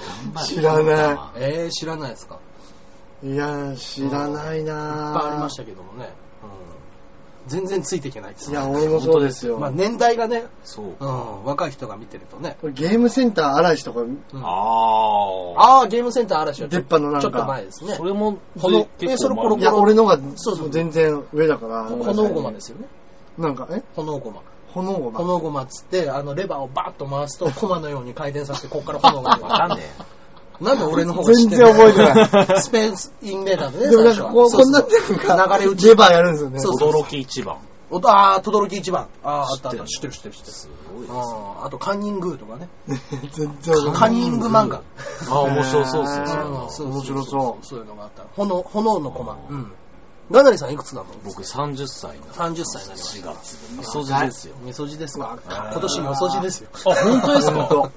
知らなえー、知らないですか。いっいやー、知らなぱいなあいりましたけどもね。うん、全然ついていけないですいや、俺もそうですよ。まあ、年代がね、そううか。ん、若い人が見てるとね。これゲームセンター嵐とか、うんあああ、ゲームセンター嵐はちょ出っ歯のなんちょかっと前ですあ。ね。それも、このえそれコロコロいロ。や、俺のがそうそう全然上だから。このごまですよね。なんか、え炎ごま。炎ごま。炎ごまっつって、あの、レバーをバーッと回すと、コマのように回転させて、こっから炎が出る。わか んねなんで俺の方が知っ全て然んの覚えてない。スペースインベーダーでね。でもなん最初かはこう、そうこそんうなっていうか、流れ打ちジェバーやるんですよね。そうそう驚き一番。おとああ、轟一番。ああ、あったあった。知っ知っててるる知ってる知ってる。すごいですね。あああと、カンニングーとかね。 全然覚えてカなンい。ニング漫画。ああ、面白そうっすへねーそれうんは。そう面白そうそう。そういうのがあった。炎、炎の駒あ。ーうん。ガナリさんいくつなの僕30歳の。 30歳になりまし4た。月で。みそじですよ。みそじですかあー今年みそじですよ。 あ、本当です本当か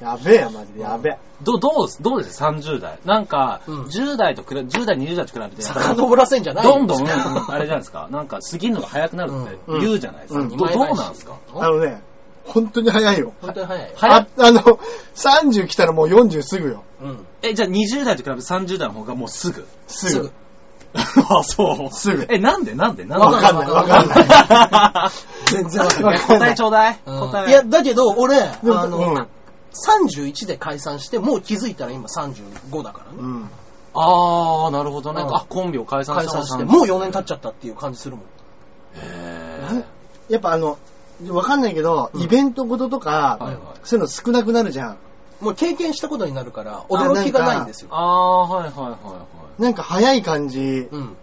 やべえや、マジで。やべえ。ど、どうです、どうです ?30 代。なんか、うん10代と比べ、10代、20代と比べて、遡らせんじゃないよどんどん、あれじゃないですか、なんか過ぎるのが早くなるってうん言うじゃないですか。うんどどうなんですかあのね、本当に早いよ。本当に早いよ。は早あい、あの、30来たらもう40すぐよ。うん。え、じゃあ20代と比べて30代の方がもうすぐ。すぐ。あ、そう。すぐえ、なんでなんでなんでわかんない、わかんない。全然わかんない。答えちょうだい。うん 答え。いや、だけど、俺、あでもの、31で解散して、もう気づいたら今35だからうね。ん。うん。あー、なるほどね。うんあ、コンビを解散解した散して、ももうう4年経っちゃったっていう感じするもん。へやっぱあの、わかんないけど、イベントごととー。はいか、はい。そういうの少なくなるじゃん。もう経験したことになるから、驚きがないんですよ。あー、はいはいはいはい。なんか早い感じうん。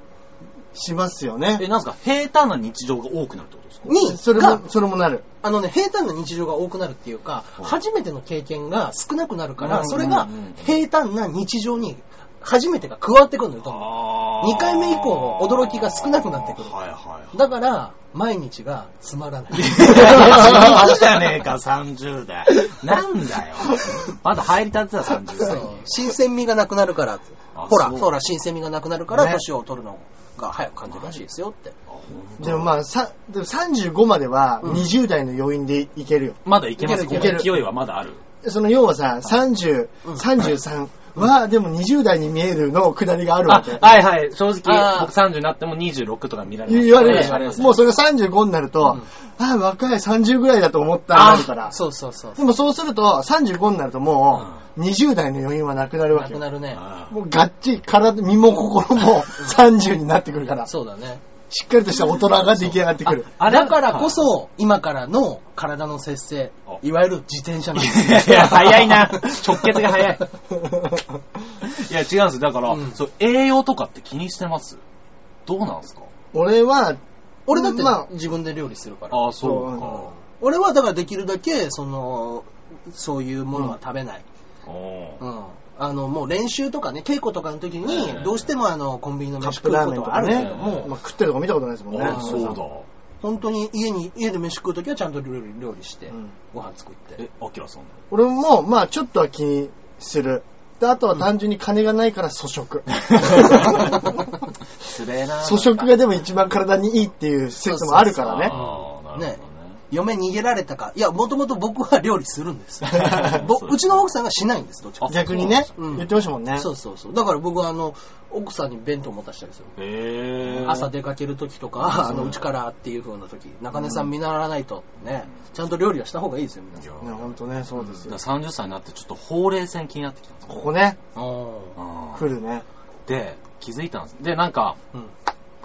しますよねえ、。なんすか、平坦な日常が多くなるってことですかに、それがも、、それもなる。あのね、平坦な日常が多くなるっていうか、はい初めての経験が少なくなるかうら、んそれがうんうん平坦な日常に、初めてが加わってくるのよ、どんどんあ二回目以降驚きが少なくなってくるはいはい。だから、毎日がつまらない。 いいじゃねえか、30代。なんだよ。まだ入りたてた30代に。新鮮味がなくなるからってあほら、そうほら、新鮮味がなくなるから、ね年を取るのが早く感じるらしいですよって。でもまあ、さ、でも35まではうん20代の余韻でいけるよ。まだいけますいいけけるいける勢いはまだある。その要はさ、30、うん33は、でも20代に見えるの下りがあるわあけ。、はいはい。正あー直、僕30になっても26とか見られま す。言われるねでしあますょ。ねもうそれが35になると、あ、若い30ぐらいだと思ったらなるから。そうそうそう。でもそうすると、35になるともう、20代の余韻はなくなるわなけくよ。なるね。あもうがっちり体、身も心も30になってくるから、しそうだね。っかりとした大人が出来上がって くる。あれだからこそ、今からの体の節制あ、いわゆる自転車なんでーすいや、早いな。直結が早い。いや、違うんですだから、うんそう、栄養とかって気にしてますどうなんですか俺は、俺だってまあ自分で料理するから。ああ、そうか。俺はだからできるだけ、その、そういうものは食べない。おーうん。あの、もう練習とかね、稽古とかの時うに、んどうしてもあの、コンビニのカ飯ッ食プうラーこメンととはあかるねけども、まあ、食ってるとか見たことないですもんね。あーそうだ。本当に家に、家で飯食うときはちゃんと料理料理してうん、ご飯作って。え、アキラさん俺も、まあ、ちょっとは気にする。で、あとは単純に金がないから粗食。失礼な粗食がでも一番体にいいっていう説もあるからね。ああ、なるほどね。嫁逃げられたか。いや、もともと僕は料理するん です。ぼそううちの奥さんがしないんです、どっちかあ。逆にね、うん言ってましたもんね。そうそうそう。だから僕はあの、奥さんに弁当持たしたりする。へえ。朝出かけるときとか、あの、うちからっていう風なとき、中根さん見習わないとね、ちゃんと料理はした方がいいですよ、皆いさん。やね、ほんとね、そうですよだ。から30歳になってちょっとほうれい線気になってきたんですよここね、う来るね。で、気づいたんです。で、なんか、ん。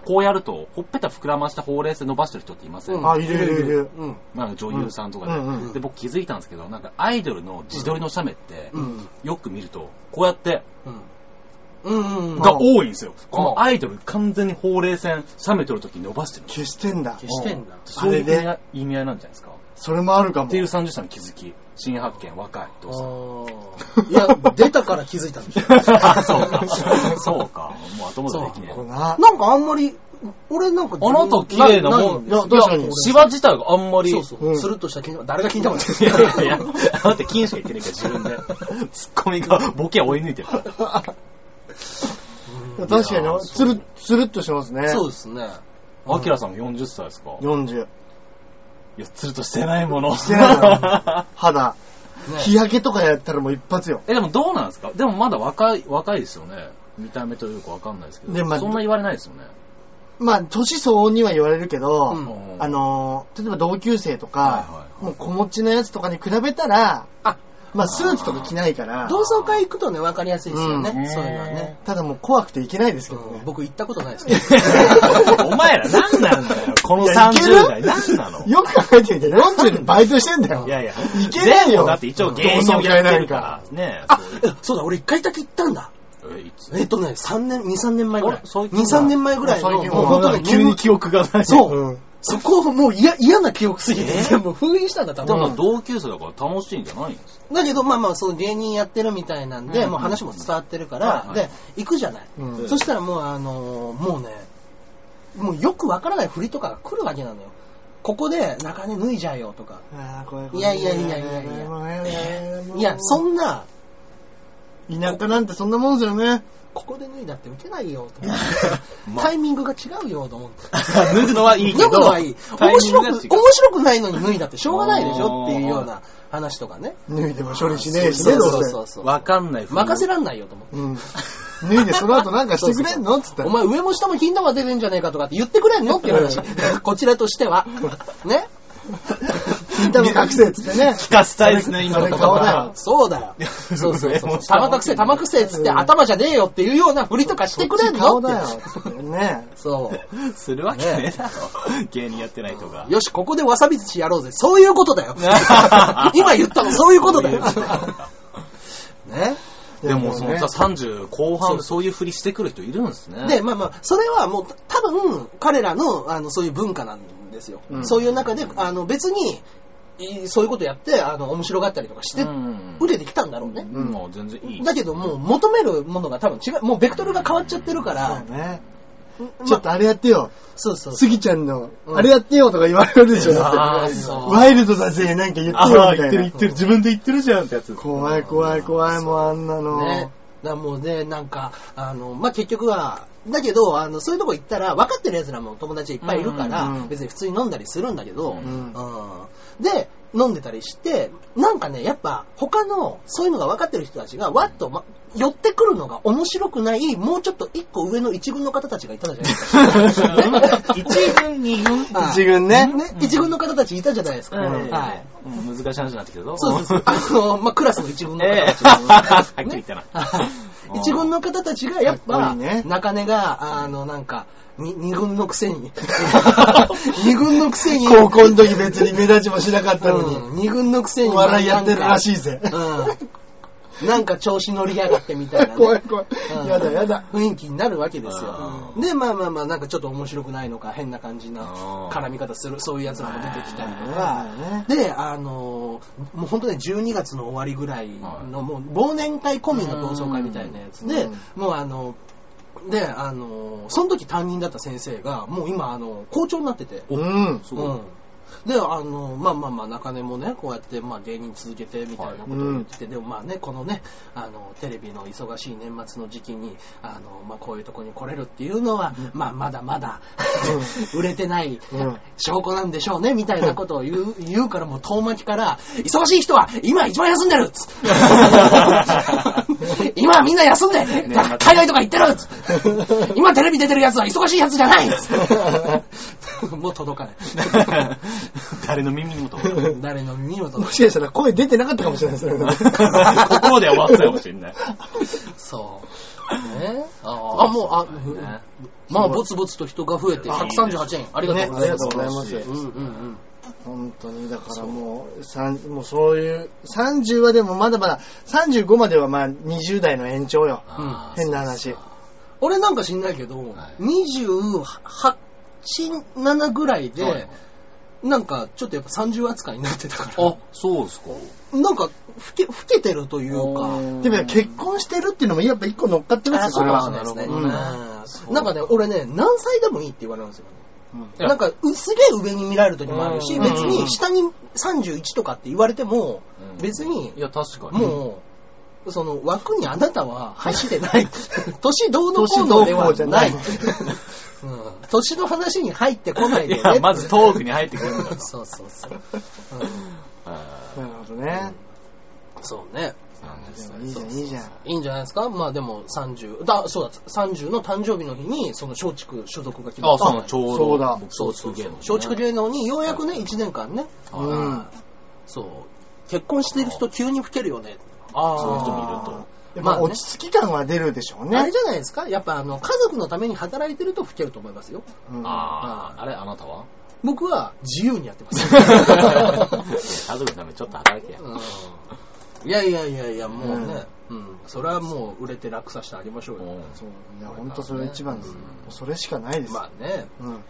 こうやると、ほっぺた膨らましたほうれい線伸ばしてる人っていません、うんあ、いるいるいる。うん。なんか女優さんとかで、うんうんうんで、僕気づいたんですけど、なんかアイドルの自撮りの写メって、うん。よく見ると、こうやって、うん。うん。うん。が多いんですよ。あこのアイドル完全にほうれい線、写メ撮るとき伸ばしてる。消してんだ。消してんだ。そういうあ意れ味合い意味合いなんじゃないですか。それもあるかも。っていう30歳の気づき、新発見、若い、どうぞ。あーいや、出たから気づいたんでしょ。 あ そうか。そうか。もう後戻りできねこれえ。 な。なんかあんまり、俺なんかあなた綺麗なもん。いいやや、いですよ確かに。シワ自体があんまり。そうそう、うんスルッとした金、誰が金玉ですいやいやいや、あなた金しか言ってないから自分で。ツッコミがボケを追い抜いてる。確かいやに、つる、つるっとしてますね。そうですね。アキラさんも40歳ですか40。いや、つるっとしてないもの。してないの肌。日ね焼けとかやったらもう一発よ。 え、でもどうなんですかでもまだ若い、若いですよね。見た目というかわかんないですけでまど。あそんな言われないですよね。まあ、年相応には言われるけど、うんうんあ、のー例えば同級生とか、はいはいはいもう子持ちのやつとかに比べたら、あまあスーツとか着ないから、同窓会行くとね、わかりやすいですよね。うんそういうのはね。ただもう怖くていけないですけどうねん。僕行ったことないですけど。お前ら何なん だよ。このいやいける30代何なのよく考えてみて、40でバイトしてんだよ。いやいや、いけないよだって一応芸人をやってるから。ねえあ、 そうだ、俺一回だけ行ったんだ。そういう。え、いつえっとね、3年、2、3年前ぐらい。あれ2、最近だ3年前ぐらいの、最近もう本当ね、急に、記憶がないそううんそこをもう嫌、嫌な記憶すぎて、もう封印したんだ、多で分も。同級生だから楽しいんじゃないん ですかだけど、まあまあ、その芸人やってるみたいなんで、うんうんもう話も伝わってるから、はいはいで、行くじゃない。うんそしたらもう、あのーもうね、もうよくわからない振りとかが来るわけなのよ。ここで中根脱いじゃえよとか、あー怖怖いやいやいやいやいやもうやだやもういや、そんな、田舎なんてそんなもんですよね。ここで脱いだって受けないよとか、タイミングが違うよと思って。 脱ぐのはいいけ脱ぐど、のはいい。タ面イミン白グが違うく、面白くないのに脱いだってしょうがないでしょっていうような話とかね。脱いでも処理しねえしそね、うどそううせそうそう。わかんない。任せららんないよと思って。うん。脱いでその後なんかしてくれんのつったら。お前上も下も頻度が出てんじゃねえかとかって言ってくれん のっていう話。こちらとしては。ね。金玉隠せっつってね。聞かせたいですね、今の言それ顔だ葉よ。そうだよ。そうそうそう。玉くせ、玉くせっつって頭じゃねえよっていうような振りとかしてくれんの顔ってだよ。つって ね。そう。するわけねえだろ。芸人やってないとか。よし、ここでわさび寿司やろうぜ。そういうことだ よ。 今言ったのそういうことだ よ。ね。でも、そのさ、ね30後半でそういうふりしてくる人いるんですね。で、まあまあ、それはもう、た多分、彼らの、あの、そういう文化なんですよ。うんそういう中で、あの、別に、いそういうことやって、あの、面白がったりとかして、うん売れてきたんだろうね。うん、もう全然いい。だけど、もう、求めるものが多分違う。もう、ベクトルが変わっちゃってるから、そうね。まあちょっとあれやってよ。そうそう。スギちゃんの、うんあれやってよとか言われるでしょ。だあっあ、てそう。ワイルドだぜ、なんか言ってよみたいな。てる。自分で言ってるじゃんってやつ怖い怖い怖い、もうあんなの。ね。だからもうね、なんか、あの、まあ、結局は、だけど、あの、そういうとこ行ったら、分かってる奴らも友達いっぱいいるから、うんうんうん別に普通に飲んだりするんだけど、うんうんで、飲んでたりして、なんかね、やっぱ、他の、そういうのが分かってる人たちが、わっと、ま、寄ってくるのが面白くない、もうちょっと一個上の一軍の方たちがいたじゃないですか。 一軍、二軍。一軍ね一軍の方たちいたじゃないですか。うんはい。うん難しい話になってきたぞ。そうそうそう。あの、まあ、クラスの一軍の方 ええたち。 はっきり言ったな。はい 一軍の方たちが、やっかっぱ、こいいね中根が、あの、なんか、に二軍のくせ に、二軍のくせに、高校の時別に目立ちもしなかったのに。うん二軍のくせに、お笑いやってるらしいぜなんかうん。なんか調子乗りやがってみたいな、ね。 怖い怖いうん。やだやだ。雰囲気になるわけですよあ。で、まあまあまあ、なんかちょっと面白くないのか、変な感じなあー絡み方する、そういうやつらも出てきたりとかねえね、で、あのー、もう本当ね、12月の終わりぐらいの、もう忘年会込みの同窓会みたいなやつでうん、もうあの、で、あのー、その時担任だった先生が、もう今、あの、校長になってて、うん。すごいうん、であのまあまあまあ中根もねこうやって、まあ、芸人続けてみたいなことを言ってて、でもまあねこのねあのテレビの忙しい年末の時期にあの、まあ、こういうとこに来れるっていうのは、まあ、まだまだ 売れてないうん証拠なんでしょうねみたいなことを言う 言うからもう遠巻きから忙しい人は今一番休んでるっ つ今はみんな休んでね海外とか行ってるっつ今テレビ出てるやつは忙しいやつじゃないっつ もう届かない。 誰の耳にも届かない。誰の耳にも届もかしかしたら声出てなかったかもしれないです よね。心で終わったかもしれない。ない。そう。ねああ、もう、あ、ねまあ、ぼつぼつと人が増えて、138円。ありがとうございます。ねありがとうございますうんうん本当に、だからもう、三もうそういう、30はでもまだまだ、35まではまあ20代の延長よ。あー変な話。俺なんか知んないけど、はい28、7ぐらいはでい、なんか、ちょっとやっぱ30扱いになってたから、あ、そうですか。なんか、老け、老けてるというか、でも結婚してるっていうのもやっぱ一個乗っかってますよ、そうれかもはしれないですね。あうそうかんもしれうんなんかね、俺ね、何歳でもいいって言われるんですよ。いやなんか、うすげえ上に見られる時もあるし、うん別に下に31とかって言われても、うん別にい、や、確かに。もう、その枠にあなたは走ってない。年どうのこうのではない。年どうん年の話に入ってこないいでね。や、まずトークに入ってくるんだと。そうそうそう。 あなるほどね。うんそうね。ーなんでですもねいいじゃん、いいじゃん。いいんじゃないですかまあでも30、だ、そうだ、30の誕生日の日に、その松竹所属が決まあ、った。そう、ちょうど。そうだ僕そうそう松竹芸能ね松竹芸能にようやくね、1年間ね。はいうんそう。結婚してる人急に老けるよね。あーそういう人もいると。やっまあぱね落ち着き感は出るでしょあうれねじ。ゃないですかやっぱあの、家族のために働いてると老けると思いますよ。うんああ、あれあなた は僕は自由にやってま家す。族のためにちょっと働けや。うんいやいやいやいや、もうね、うん、それはもう売れて楽させてあげましょうよ。うんそういや、ほんとそれ一番です。もうそれしかないです。まあね、うんうん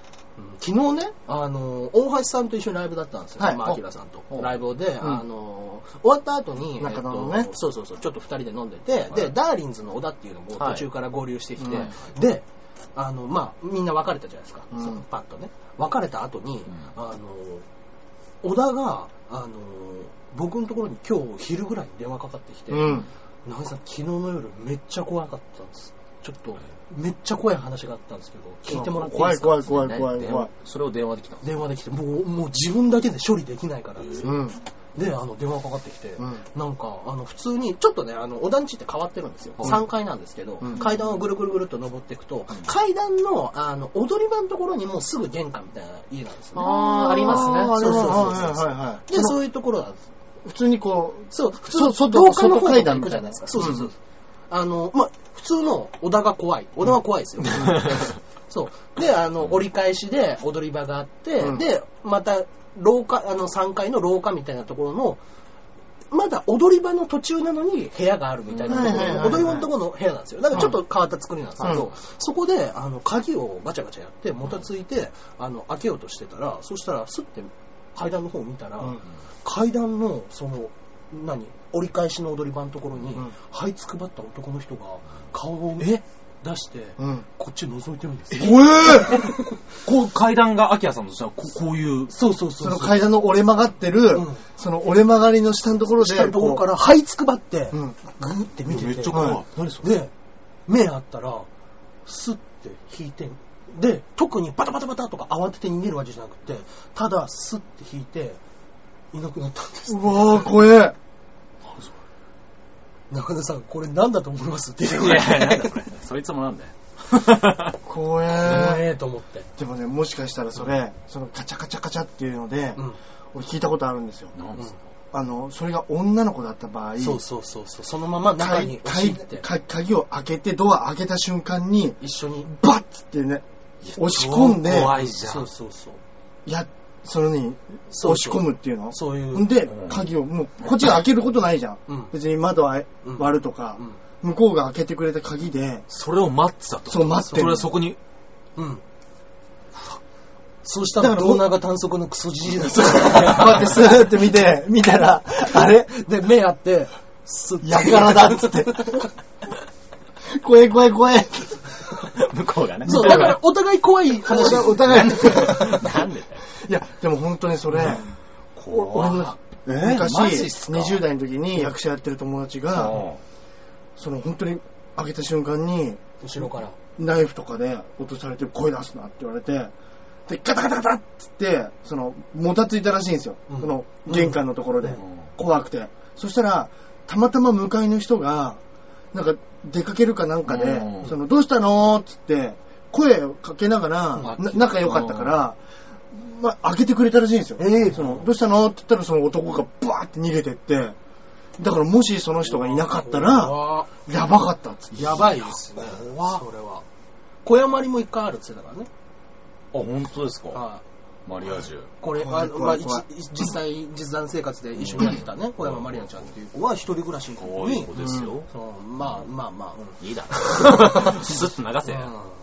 昨日ね、あの、大橋さんと一緒にライブだったんですよ。はいまあ、明さんと。おライブで、んあの、終わった後に、中野のねとそうそうそう、ちょっと二人で飲んでて、で、ダーリンズの小田っていうのもはい途中から合流してきて、うんで、あの、まあ、みんな別れたじゃないですか。うんそのパッとね。別れた後に、あの、小田が、あの、僕のところに今日昼ぐらいに電話かかってきて、うん。長井さん、昨日の夜めっちゃ怖かったんです。ちょっと、めっちゃ怖い話があったんですけど、聞いてもらっていい怖でいすか怖い怖い怖いね怖い。それを電話できたの電話できて、もう、もう自分だけで処理できないからです。うん。で、あの、電話かかってきて、うんなんか、あの、普通に、ちょっとね、あの、お団地って変わってるんですよ。うん3階なんですけど、うん階段をぐるぐるぐるっと登っていくと、ん階段の、あの、踊り場のところにもうすぐ玄関みたいな家なんですよね。あーありますねあーあれはそうそうそうそうはいはいはい。で、そういうところなんです。普通にこそう、普そう通の外廊下の方と外か階段行くじゃないですか。みたそいうなそうそう。あの、まあ、普通の小田が怖い。小田は怖いですよ。そう。で、あの、折り返しで踊り場があって、うんで、また、廊下、あの、3階の廊下みたいなところの、まだ踊り場の途中なのに部屋があるみたいなところはいはいはいの、はい踊り場のところの部屋なんですよ。だからちょっと変わった作りなんですけど、うんそこで、あの、鍵をガチャガチャやって、もたついて、あの、開けようとしてたら、そしたら、スッて階段の方を見たら、うん階段の、その、何折り返しの踊り場のところに、うん這いつくばった男の人が顔を出して、う、うん。こっち覗いてるんですよ。怖え こう、階段が、アキラさんとしては、ここういう、そうそうそそそうのう。階段の折れ曲がってる、うんその折れ曲がりの下のところで、下のところから這いつくばって、うぐんーって見てて。めっちゃ怖いは何それで、目あったら、スッて引いて、で、特にバタバタバタとか慌てて逃げるわけじゃなくて、ただスッて引いて、いなくなったんです。うわー怖え中根さん、これ何だと思いますって言いわれやいや、なんてだ。それ。 そいつもなんだよ。怖怖え えと思って。でもね、もしかしたらそれ、そのカチャカチャカチャっていうので、うん。俺聞いたことあるんですよ。なんですかあの、それが女の子だった場合、そうそうそうそう。そのまま中に鍵押し入って、鍵鍵を開けて、ドア開けた瞬間に、一緒に。バッつってね、押し込んで、怖いじゃ。そうんそうそう。や、それに、そう押し込むっていうのそういんう。でう、ん鍵を、もう、こっちが開けることないじゃん。うん別に窓はうん割るとかう、ん。向こうが開けてくれた 鍵で、それを待ってたと。そう待っそてれるは。そこに、うん。そうしただら、から胴長短足のクソじじいだったこうやっ てスーって見て、見たら、あれで、目あって、すやからだっつって。怖え怖え怖え。向こうがね。 そう、だから、お互い怖い話。お互い。なんでだよ。 いや、でも本当にそれ、怖俺いの、えーマジっ昔、すか20代の時に役者やってる友達が、うんその本当に開けた瞬間に、後ろから。ナイフとかで落とされて声出すなって言われて、で、ガタガタガタっつって、その、もたついたらしいんですよ。うんその、玄関のところで。うん怖くて。そしたら、たまたま向かいの人が、なんか、出かけるかなんかで、うんその、どうしたのっつって、声をかけながら、うんな仲良かったから、まあ、開けてくれたらしいんですよ。えその、どうしたのって言ったら、その男がバーって逃げてって、だからもしその人がいなかったら、怖やばかったっつって。やばいですね。怖っそれは。小山りも一回あるっつってたからね。あ、本当ですかはい。マリアージュ。これ、怖あいのま怖あ、い一怖い実際、実弾生活で一緒にやってたね、小山まりなちゃんっていう子は一人暮らしの可時愛いに子、ですよ。そうまあまあまあ、うんいいだろ。スッと流せ。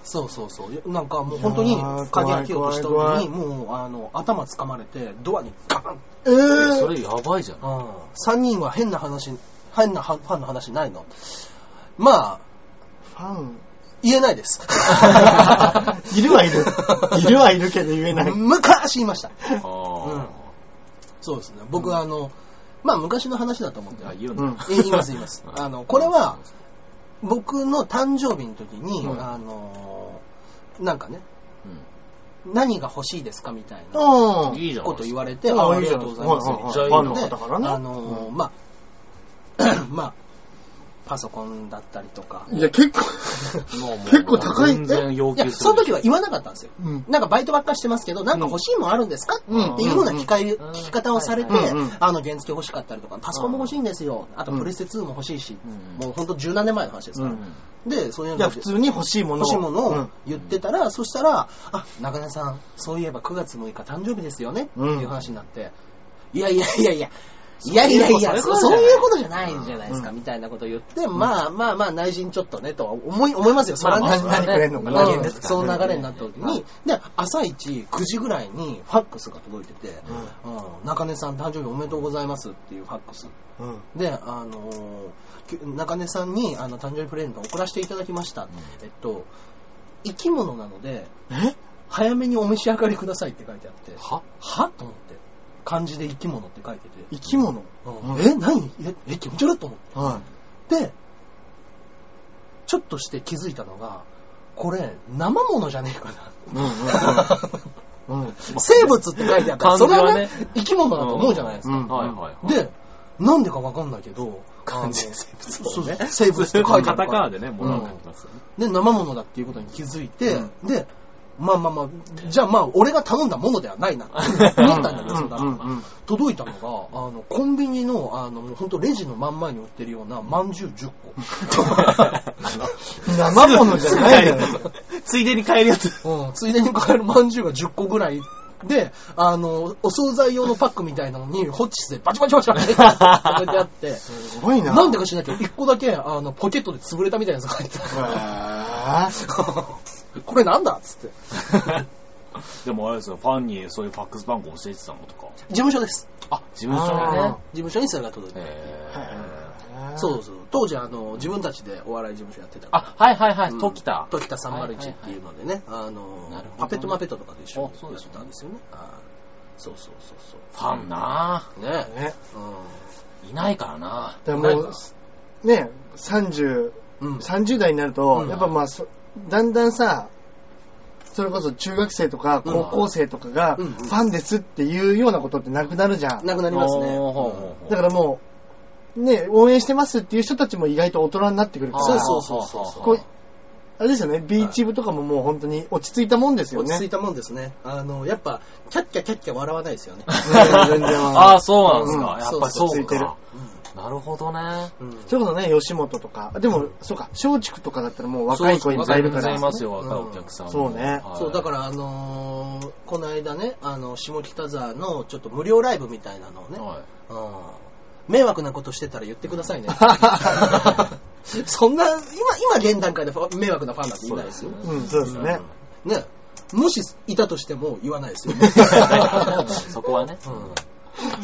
そうそうそう。なんかもう本当に鍵開けようとしたのに、もうあの頭掴まれて、ドアにガンえそー、れやばいじゃん。三人は変な話、変なはファンの話ないのまあ、ファ ン言えないです。 いるはいる。いるはいるけど言えない。昔言いました。あそうですね。僕はあの、まあ昔の話だと思ってー。あ、え言ううんんだ。言います言います。あの、これは、僕の誕生日の時に、うんあの、なんかね、うん、何が欲しいですかみたいな。うん。いいじゃん。こと言われいて、やああいいりじゃがんとうございます。はいはいはいめっちゃいいのでファンの方からねあ のー、うんまあ、まあ、パソコンだったりとか。いや、結構、もうもう結構高い全然要いや、求する。その時は言わなかったんですよ。うん。なんかバイトばっかしてますけど、なんか欲しいもんあるんですか、うんっていうような聞かいん聞き方をされて、はいはいはいあの、原付欲しかったりとか、パソコンも欲しいんですよ。あと、プレステ2も欲しいし、うんもうほんと十何年前の話ですから。で、そういういや、の普通に欲しいものを。欲しいものうをん言ってたら、そしたら、あ、中根さん、そういえば9月6日誕生日ですよねってうんいう話になって、いやいやいやいや、いやいやいや、そそうそうそういいううこことじゃないじゃないですか、みたいなこと言って、まあまあまあ内心ちょっとね、とは思い、思いますよ、それはまあね。まあ何くれんのかな人う間んですからその流れになった時に、で、朝一9時ぐらいにファックスが届いてて、うん中根さん誕生日おめでとうございますっていうファックスうん。で、あのーき中根さんにあの誕生日プレゼントを送らせていただきました。えっと、生き物なので、え早めにお召し上がりくださいって書いてあって、ははと思って。漢字で生き物って書いてて。生き物うんえ、何え、え、気持ち悪いと思はって。で、ちょっとして気づいたのが、これ、生物じゃねえかい。うんな。うんうん。生物って書いてあったら、漢そ字れははねね、生き物だと思うじゃないですか。うんはいはいはい。で、なんでかわかんないけど、漢字あので生物そうそう生 物って書いてあカるかタらカナでね、ものが書いてますよね。で、生物だっていうことに気づいて、で、まあまあまあ、じゃあまあ、俺が頼んだものではないな、思ったんだけど、うんうんうん届いたのが、あの、コンビニの、あの、本当レジの真ん前に売ってるような、まんじゅう10 生物じゃない のよ。ついでに買えるやつ。個。うん、ついでに買えるまんじゅうが10個ぐらい。で、あの、お惣菜用のパックみたいなのに、ホッチキスでバチバチバチバチって置いてあって、すごいな。なんでか知らないけど、1個だけ、あの、ポケットで潰れたみたいなやつが入ってへた。ー これなんだっつって。 でもあれですよ、ファンにそういうファックス番号教えてたのとか。事務所です。あ、自分じゃあね。ーね事務所にそれが届いて。へーそうそう。当時、あの、自分たちでお笑い事務所やってたから。あ、はいはいはい、うん時田。時田301っていうのでね、あのなるほどね、パペットマペットとかで一緒にあそうやっですてねたんですよね。あそうそうそうそう。ファンなねね。うぁ。いないからなだからないもかう、ね、30、ん。うん。 30代になると、うんやっぱまあ、そだんだんさ、それこそ中学生とかうん高校生とかが、うんうんファンですっていうようなことってなくなるじゃん。なくなありますね。だからもう、ね、応援してますっていう人たちも意外と大人になってくるから、そうそうそうそうこうあれですよね、ビーチ部とかももう本当に落ち着いたもんですよ落ね。ち着いたもんですね。あの、やっぱ、キャッキャキャッキャ笑わないですよね。全 然 ああ、そうなんですか。うんやっぱりそうそそううか。うなるほどね。ん。うんそれこそね、吉本とか、でも、そうか、松竹とかだったらもう若い子に若伝えるい子かざらい。ますよ、うん若いお客さんも。そうねはいそう、だから、あのーこの間ね、あの、下北沢のちょっと無料ライブみたいなのをね、はいう ん迷惑なことしてたら言ってくださいね。 そんな、今、今現段階でファ迷惑なファンなんていないですよ。うん、そうですね。ね。もしいたとしても言わない ですよ。そこはね。うんまあ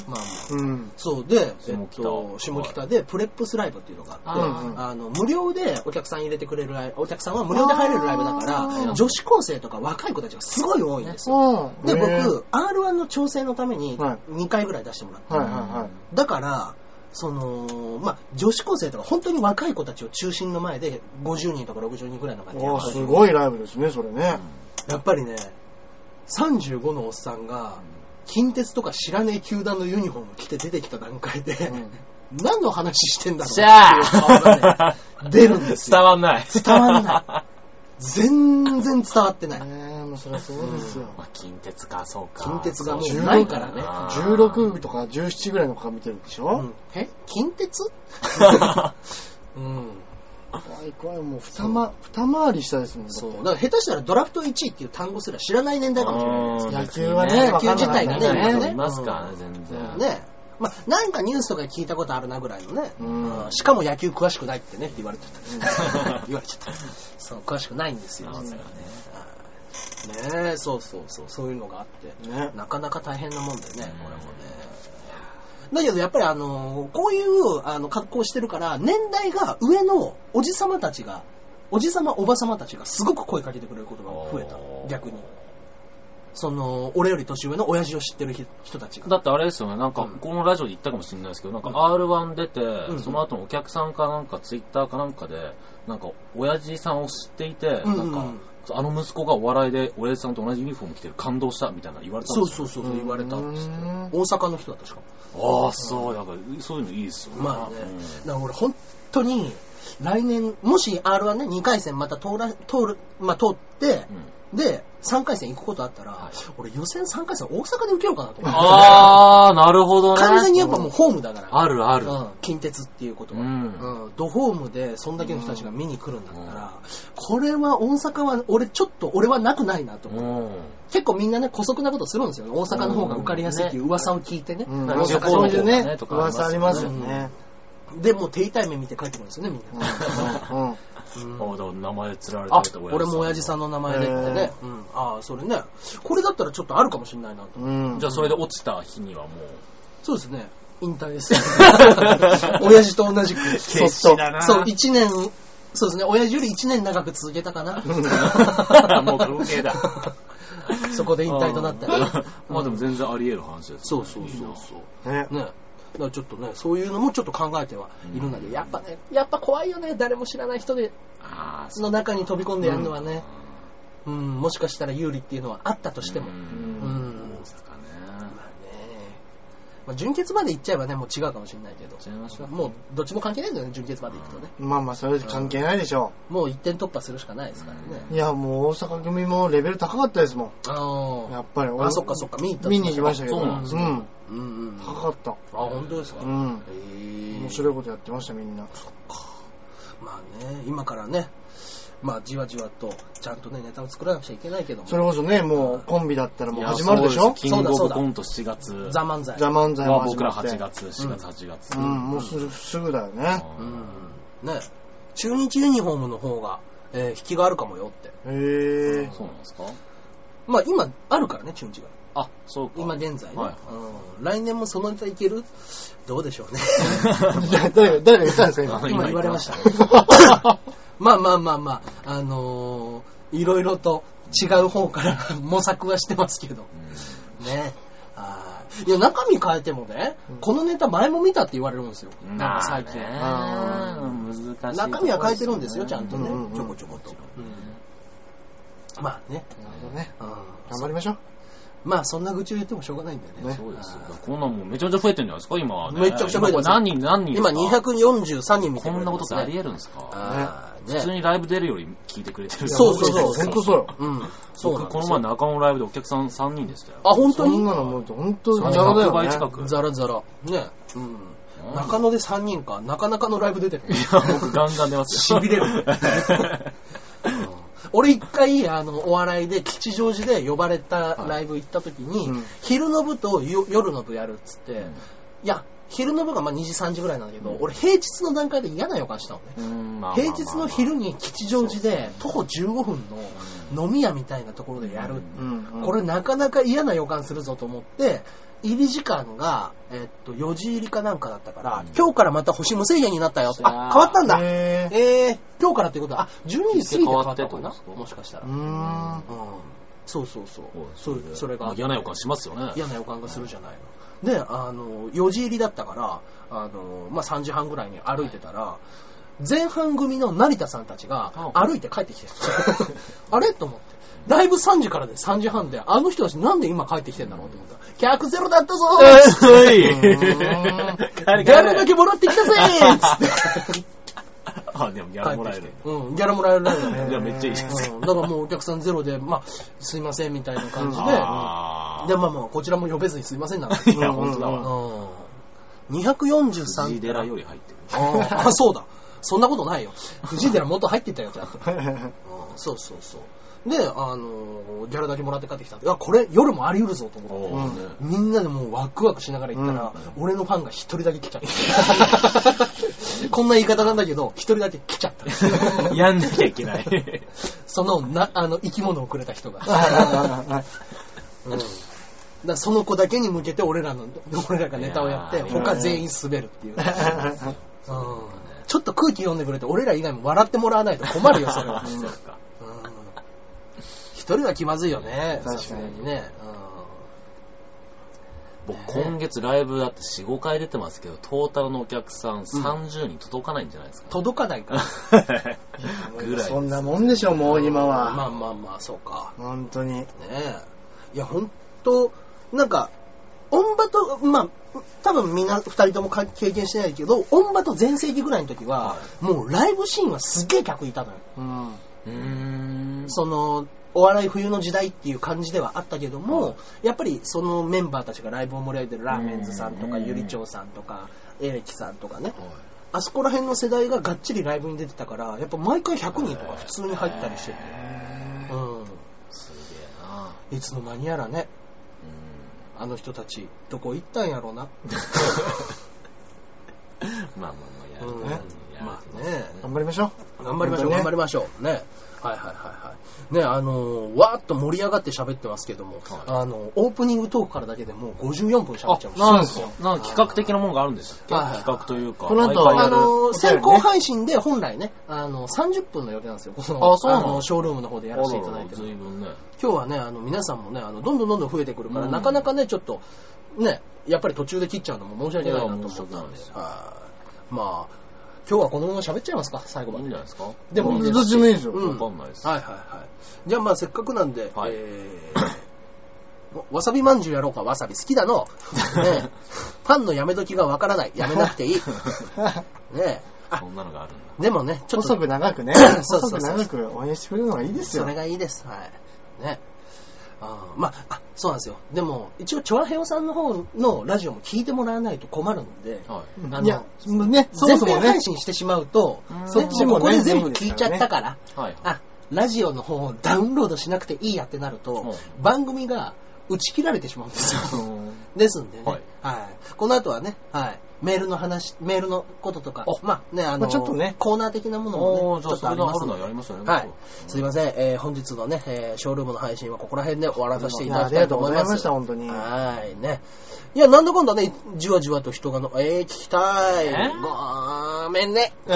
まあ、うん。そうで、え下北っと、下北でプレップスライブっていうのがあって、あーあの、無料でお客さん入れてくれるライブ、お客さんは無料で入れるライブだあから、ー女子高生とか若い子たちがすごい多いんですよ。うん。で、へー僕、R1 の調整のためにはい2回ぐらい出してもらってはいはいはい。だから、その、まあ、女子高生とか本当に若い子たちを中心の前で50人とか60人ぐらいの感じでやおっーたんですすよごいライブですね、それね。やっぱりね、35のおっさんが、近鉄とか知らねえ球団のユニフォーム着て出てきた段階で、何の話してんだろうしゃっていう顔がね あ 出るんですよ伝わんない。伝わんない全然伝わってない。ええ、もうそりゃそうですよ。まあ近鉄か、そうか。近鉄がもうそうないからねあー 16とか17ぐらいの子が見てるでしうょん、え近 鉄うん。怖い怖い、もう二回二回り下ですもん。そう。だだかってら下手したらドラフト1位っていう単語すら知らない年代かもしれないですよ野球はね野球自体がねわかんな今いねいますからね、全然。ねまあ、なんかニュースとかで聞いたことあるなぐらいのね、うんうんしかも野球詳しくないってねって言われてた。 言われちゃった。そう、詳しくないんですよ。なおさらねねえ、そうそうそう、そういうのがあって、ねなかなか大変なもんだよね、これもね。だけどやっぱりあの、こういうあの格好してるから、年代が上のおじさまたちが、おじさま、おばさまたちがすごく声かけてくれることが増えたのお、ー逆に。その、俺より年上の親父を知ってる人たちが。だってあれですよね、なんか、このラジオで言ったかもしれないですけど、なんか R1 出て、んその後のお客さんかなんか、ツイッターかなんかで、なんか、親父さんを知っていて、うんうんなんか、あの息子がお笑いで、親父さんと同じユニフォーム着てる、感動した、みたいな言われたんそうですそよ。うそうそう言われたんですようーん大阪の人だったしかもああ、そう、だから、そういうのいいですよね。まあね、うんだから俺本当に来年もし r 1ね2回戦また通ら通る、まあ、通って、で3回戦行くことあったら、はい俺予選3回戦大阪で受けようかなと思ってああ、なるほどね。完全にやっぱもうホームだからあるある。うん、近鉄っていうことは、ううんんドホームでそんだけの人たちが見に来るんだったら、これは大阪は俺ちょっと俺はなくないなと思ってうん。結構みんなね、姑息なことするんですよね。大阪の方が受かりやすいっていう噂を聞いてね。うんまあ大なん阪かの方そうがいうね、とか噂ありますよね。で、もう手痛い目見て帰ってくるんですよね、みんな。うんうんうんああ、だから名前釣られてあると、俺も親父さんの名前でってへね。うん、ああ、それね。これだったらちょっとあるかもしれないなと。うん。じゃあ、それで落ちた日にはもう。そうですね。引退 です。親父と同じく。決死だそう、一年、 そうですね。親父より一年長く続けたかな。もう関係だ。 そこで引退となったり。まあでも全然あり得る話です、ね。そうそういいそなうそう。ね。ね。だからちょっとね、そういうのもちょっと考えてはいるんだけど、やっぱね、やっぱ怖いよね、誰も知らない人でああ、の中に飛び込んでやるのはね、うん、もしかしたら有利っていうのはあったとしても、うん、ん。そうですかね。まあね、まあ、純潔まで行っちゃえばね、もう違うかもしれないけど、ちゃいましょう。もうどっちも関係ないんだよね、純潔まで行くとね、まあまあ、それ関係ないでしょもう一点突破するしかないですからね。う。いや、もう大阪組もレベル高かったですもん。やあっぱり。あ、あ、そっかそっか、見に行った見に行きましたけど。そうなんですかん。うんうん。高かった。あ、本当ですか。うへん。え面白いことやってました、みんな。まあね、今からね、まあじわじわと、ちゃんとね、ネタを作らなくちゃいけないけども、それこそね、もうコンビだったらもう始まるでしょキングオブコント7月。ザ・漫才。ザ・漫才もまあ始僕らまって。 8月、4月、8月。うん、もうすぐすぐだよね。ううんん。ね、中日ユニフォームの方が、えー引きがあるかもよって。へえ。そうなんですかまあ今、あるからね、中日が。あ、そうか。今現在ね、はいうん。来年もそのネタいけるどうでしょうね。 誰が、誰が言ったんですか、今。はい今言われました。まあまあまあまあ、あのーいろいろと違う方から 模索はしてますけど。ね。はいいや、中身変えてもね、このネタ前も見たって言われるんですよ。うんなんか最近。まあね難しい。中身は変えてるんですよ、ちゃんとね。うんうんちょこちょこと。うんまあね。なるほどね。うん頑張りましょう。まあ、そんな愚痴を言ってもしょうがないんだよね。ねそうですよ。こんなんもうめちゃめちゃ増えてるんじゃないですか、今はね。めちゃくちゃ増えてます今何人、何人です今か243人見てくれてますこねんなことってあり得るんですかあー普通ね。にライブ出るより聞いてくれてる。そうそうそう本当そうよ。うん。そうなん僕、ですこよの前中野ライブでお客さん3人でしたよ。あ、本当そんになのもう本当に邪魔だ100倍よ近ね。く。ザラザラ。ね。うん。うん中野で3人か。なかなかのライブ出てる。いや、僕ガンガン出ますよ。痺れ るうん 俺一回、あの、お笑いで吉祥寺で呼ばれたライブ行った時に、うん昼の部とよ夜の部やるっつって、んいや、昼の部がまあ2時3時ぐらいなんだけど、俺平日の段階で嫌な予感したのね。うんまあまあまあ平日の昼に吉祥寺で徒歩15分の飲み屋みたいなところでやる。うんうんこれなかなか嫌な予感するぞと思って、入り時間が、えっと、4時入りかなんかだったから、今日からまた星無制限になったよ。そうあ、変わったんだ。へーえー、今日からっていうことは、あ、12時過ぎて変わったのかな変わってってことですかもしかしたら。ううーん。ん。そうそうそうおい。そでそれまがあ。嫌な予感しますよね。 嫌な予感がするじゃないの。で、あの、4時入りだったから、あの、まあ、3時半ぐらいに歩いてたら、前半組の成田さんたちがうん歩いて帰ってきてる。 あれと思って。だいぶ3時からで3時半で、あの人たちなんで今帰ってきてんだろうと思ったら、客ゼロだったぞ おいギャラだけもらってきたぜつって。あ、でも ギャラもらえる。うん、ギャラもらえるライブだねいや、めっちゃいいじゃないですか。うんだからもうお客さんゼロで、まあ、すいませんみたいな感じで、で、まああーまあ、こちらも呼べずにすいませんなんだけどいや、本当だわ。うん。243藤井寺より入ってる。あーあ、そうだ。そんなことないよ。藤井寺もっと入ってったよ、ちゃんと。うんそうそうそう。で、あのーギャラだけもらって帰ってきたんで、あ、これ夜もあり得るぞと思って。おーねみんなでもうワクワクしながら行ったら、俺のファンが一人だけ来ちゃった。 こんな言い方なんだけど、一人だけ来ちゃった。やんなきゃいけない。そのな、あの、生き物をくれた人が。 うんだからその子だけに向けて俺らの、俺らがネタをやって、いやー他全員滑るっていう。うんちょっと空気読んでくれて、俺ら以外も笑ってもらわないと困るよ、それは。うんそうか一人は気まずいよね、確かさにすがにね。僕、今月ライブだって4、5回出てますけど、トータルのお客さん30人届かないんじゃないですうんか。届かないから。ぐらい。そんなもんでしょ、もうま今あは。まあまあ、そうか。本当に。ねえ。いや、ほんと、なんか、音場と、まあ、多分みんな二人ともか経験してないけど、音場と全盛期ぐらいの時は、もうライブシーンはすっげえ客いたのよ。うん。うーん。その、お笑い冬の時代っていう感じではあったけども、やっぱりそのメンバーたちがライブを盛り上げてるラーメンズさんとか、うんゆりちょうさんとか、エレキさんとかね、はいあそこら辺の世代ががっちりライブに出てたから、やっぱ毎回100人とか普通に入ったりしてて、うすげえな。ん。いつの間にやらね、 うあの人たち、どこ行ったんやろうな。んまあまあまあ、やるうんね。やるまあね、頑張りましょう。頑張りましょう、本当にね頑張りましょう。ね。はいはいはいはい。ね、あのーわーっと盛り上がって喋ってますけども、あのーオープニングトークからだけでもう54分喋っちゃいました。なんですかなんか企画的なものがあるんですっけはいはい企画というか。この後毎回やあるのーお便りね先行配信で本来ね、あのー30分の予定なんですよ。このあそうなののショールームの方でやらせていただいてあらら随分ね。今日はね、あの、皆さんもね、あの、どんどんどんどん増えてくるから、うんなかなかね、ちょっと、ね、やっぱり途中で切っちゃうのも申し訳ないなと思ったいや申し訳ないんで。ですはい。まあ、今日はこのまま喋っちゃいますか、最後まいいんで。じゃはいないですかでもいいどっちでもいいですよ。うんわかんないです。はいはい。じゃあまあ、せっかくなんで、はいえーわわさびまんじゅうやろうか、わさび好きだ の。ね、パンのやめ時がわからない。やめなく ていい。ねあそ、んなのがあるんだ。でもね、ちょっ細と、く長くね、そうそう細そうく長く応援してくれるのがいいですそよれ。がいいです。はい。ね。あーまあ、あ、そうなんですよ。でも、一応、チョアヘオさんの方のラジオも聞いてもらわないと困るんで、はい。あのいや、ね、そ全もそも編ね配、信してしまうと、うんそっちもここで全部聞いちゃったから、はい。あ、ラジオの方をダウンロードしなくていいやってなると、う番組が打ち切られてしまうんですよ。はですんでね、はいはいこの後はね、はい、メールの話、メールのこととか、あまあね、あの、まあちょっとねコーナー的なものもおね、ーちじょゃあっとありますんでそれのあるのはやりますよねはい僕。すいません、えー本日のね、えーショールームの配信はここら辺で終わらさせていただきいやたいとありがとう思ごいまざいす。ました本当にはい、ね。いや、なんだかんだね、じわじわと人がの、えー、聞きたい。えーごーめんね。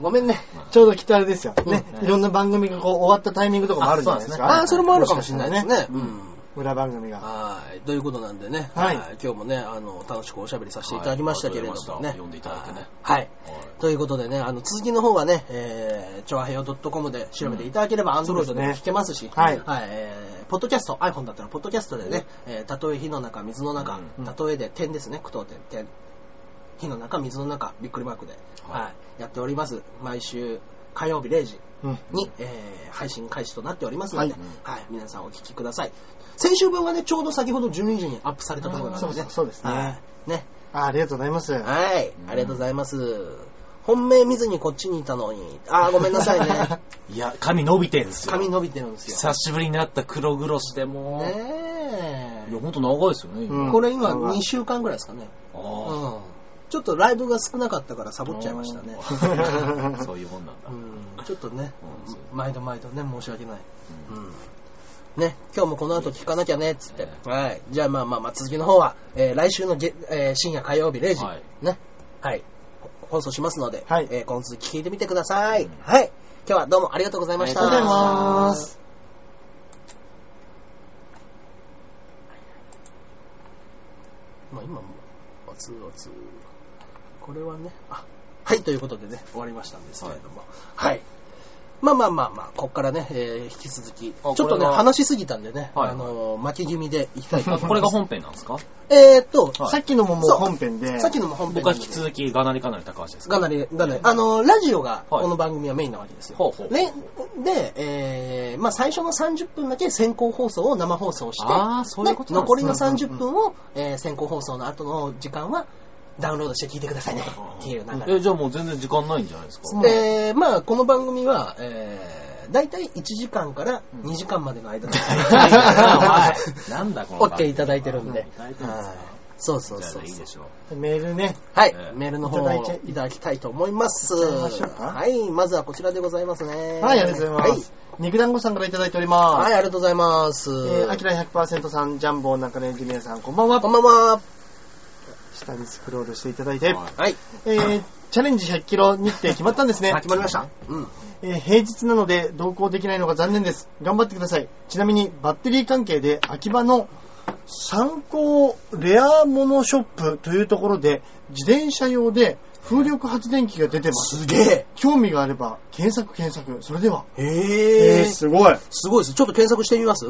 ごめんね。ちょうど来たあれですよ。ねう、んいろんな番組がこう終わったタイミングとかもあるんじゃないですか。あー、それもあるかもしれないですね。ううんん裏番組が。はい。ということなんでね、ははいい。今日もね、あの、楽しくおしゃべりさせていただきましたけれどもね。はいありがとうございました呼んでいただいてねはい。いということでね、あの、続きの方はね、えー、ちょあへよ .com で調べていただければ、アンドロイドでも聞けますし、はいえー、ポッドキャスト、iPhone だったら、ポッドキャストでね、えー、たとえ火の中、水の中、うんたとえで点ですね、句読点、点。火の中、水の中、びっくりマークで、ははいい、やっております。毎週火曜日0時。うんに、えー配信開始となっておりますので、ははいい皆さんお聞きください。先週分はね、ちょうど先ほど12時にアップされたところなのでうねん。そうそうそうですねはい。ね。あありがとうございます。はい。ありがとうございます。本命見ずにこっちにいたのに。あーごめんなさい ね。いや、髪伸びてんすよ。髪伸びてるんですよ。久しぶりに会った黒黒してもう。ねいや、ほんと長いですよね、今。うんこれ今2週間ぐらいですかね。うんあ。ちょっとライブが少なかったからサボっちゃいましたね。あ。そういうもんなんだう。んちょっとねうんそう、毎度毎度ね、申し訳ない。うん。ね、今日もこの後聞かなきゃね、っつって。はい。じゃあまあまあまあ、続きの方は、えー来週のげ、えー深夜火曜日0時、はいね。はい。放送しますので、はいえーこの続き聞いてみてください。うんはい。今日はどうもありがとうございました。。ありがとうございますまあ今も、おつおつ。これはね、あ、はい、ということでね、終わりましたんですけれども。はい。まあまあまあまあ、こっからね、えー引き続き、ちょあっとこれね、は話しすぎたんでね、はいあのー、巻き気味でいきたいとあ思います。 これが本編なんですかえーっと、はいさっきのももうそう本編で、さっきのも本編僕は引き続き、がなりかなり高橋ですかがなり、がなり、あのー、ラジオが、はいこの番組はメインなわけですよ。ほうほうねで、えー、まあ最初の30分だけ先行放送を生放送して、あーそういうことねなん残でりすのね30分を、えー先行放送の後の時間は、ダウンロードして聞いてくださいね、っていう流れえ、じゃあもう全然時間ないん じゃないですかそうえー、まあ、この番組は、えー、大体1時間から2時間までの間で、 はおいなんだこい追の番組っていただいてるんで。大丈夫ですかそうそうじゃあそういいそうで。しょう。メールね、はいえ、ーメールの方いただいをていただきたいと思います。いただきましょうかはい、まずはこちらでございますね。はい、ありがとうございます。肉団子さんからいただいておりまはい、す。はいありがとうございます。えー、あきら100%さん、ジャンボ中根ジュニアさん、こんばんはこ。んばんは。下にスクロールしていただいて、はいはい、えー、チャレンジ100キロ日程決まったんですね。あ決まりました。うん。えー平日なので同行できないのが残念です。頑張ってください。ちなみにバッテリー関係で秋葉の参考レアモノショップというところで自転車用で風力発電機が出てます。すげ興味があれば検索検索。それでは。え。へえ。すごい。すごいです。ちょっと検索してみます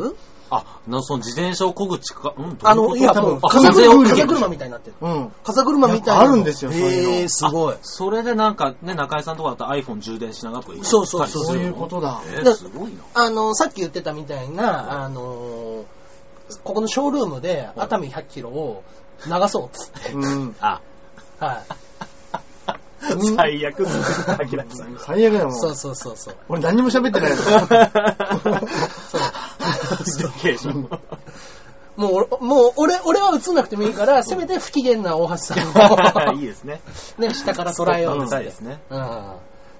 あ、な、その自転車をこぐ力、うん、あの、いや、もう、あ風風を車、風風力車みたいになってる。うん。風車みたいなの。なんかあるんですよそういうのへえ、すごい。それでなんかね、中井さんとかだったら iPhone 充電しながらこそうそうそうそういうことだ。えだー、すごいな。あの、さっき言ってたみたいな、あの、ここのショールームで熱海100キロを流そうっつ って。うん。あ、はい。最悪ですね、明さん。最悪だも。そうんそうそう そう。俺何にも喋ってないよ。 ストケーション。もう俺、もう俺、俺は映んなくてもいいから、せめて不機嫌な大橋さんを いいですね。ね、下から捉えようみっつたっいでてすね。うん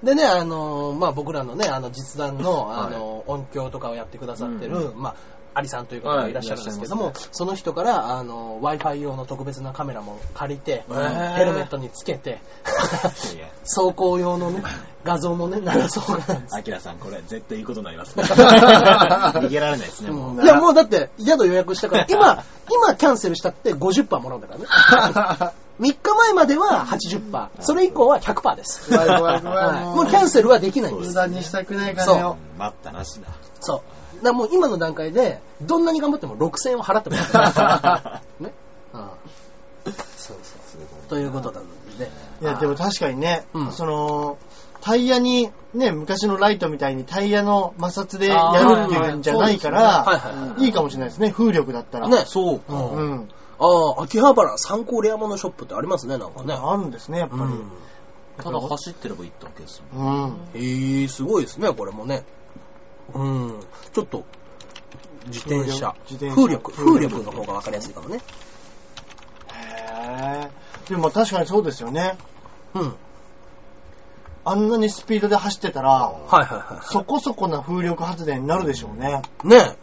でね、あのーまあ、僕らのね、あの、実弾の、はいあのー音響とかをやってくださってる、うまあ、アリさんという方がいらっしゃるんですけども、はいいらっしゃいその人から、あのー Wi-Fi 用の特別なカメラも借りて、へーヘルメットにつけ て、いやいや走行用のね、画像もね、鳴らそうがなんです。アキラさん、これ、絶対いいことに なります。逃げられないですね、もう。いや、もうだって、宿予約したから、今、今キャンセルしたって50%もらうんだから ね。3日前までは80%、それ以降は100%です。怖い怖い怖い。はいもうキャンセルはできないんで無す。駄にしたくないかそらうよ。待ったな しだ。そう。だからもう今の段階で、どんなに頑張っても6000円を払ってもらってます。ね。 うん。そうそう。ということなので。いや、でも確かにね、うんその、タイヤに、ね、昔のライトみたいにタイヤの摩擦であーやるっていうんじゃないかはいはいはいは、らいいかもしれないですね、風力だったら。ね。そうう。か。うんん。ああ、秋葉原参考レアモノショップってありますね、なんかね。あるんですね、やっぱり。うん。ただ走ってればいいってわけですよ。うん。えー、すごいですね、これもね。うん。ちょっと、自転車。自転車風力。風力の方がわかりやすいかもね。へーでもまあ確かにそうですよね。うん。あんなにスピードで走ってたら、はいはいはそこそこな風力発電になるでしょうね。い。ねえ。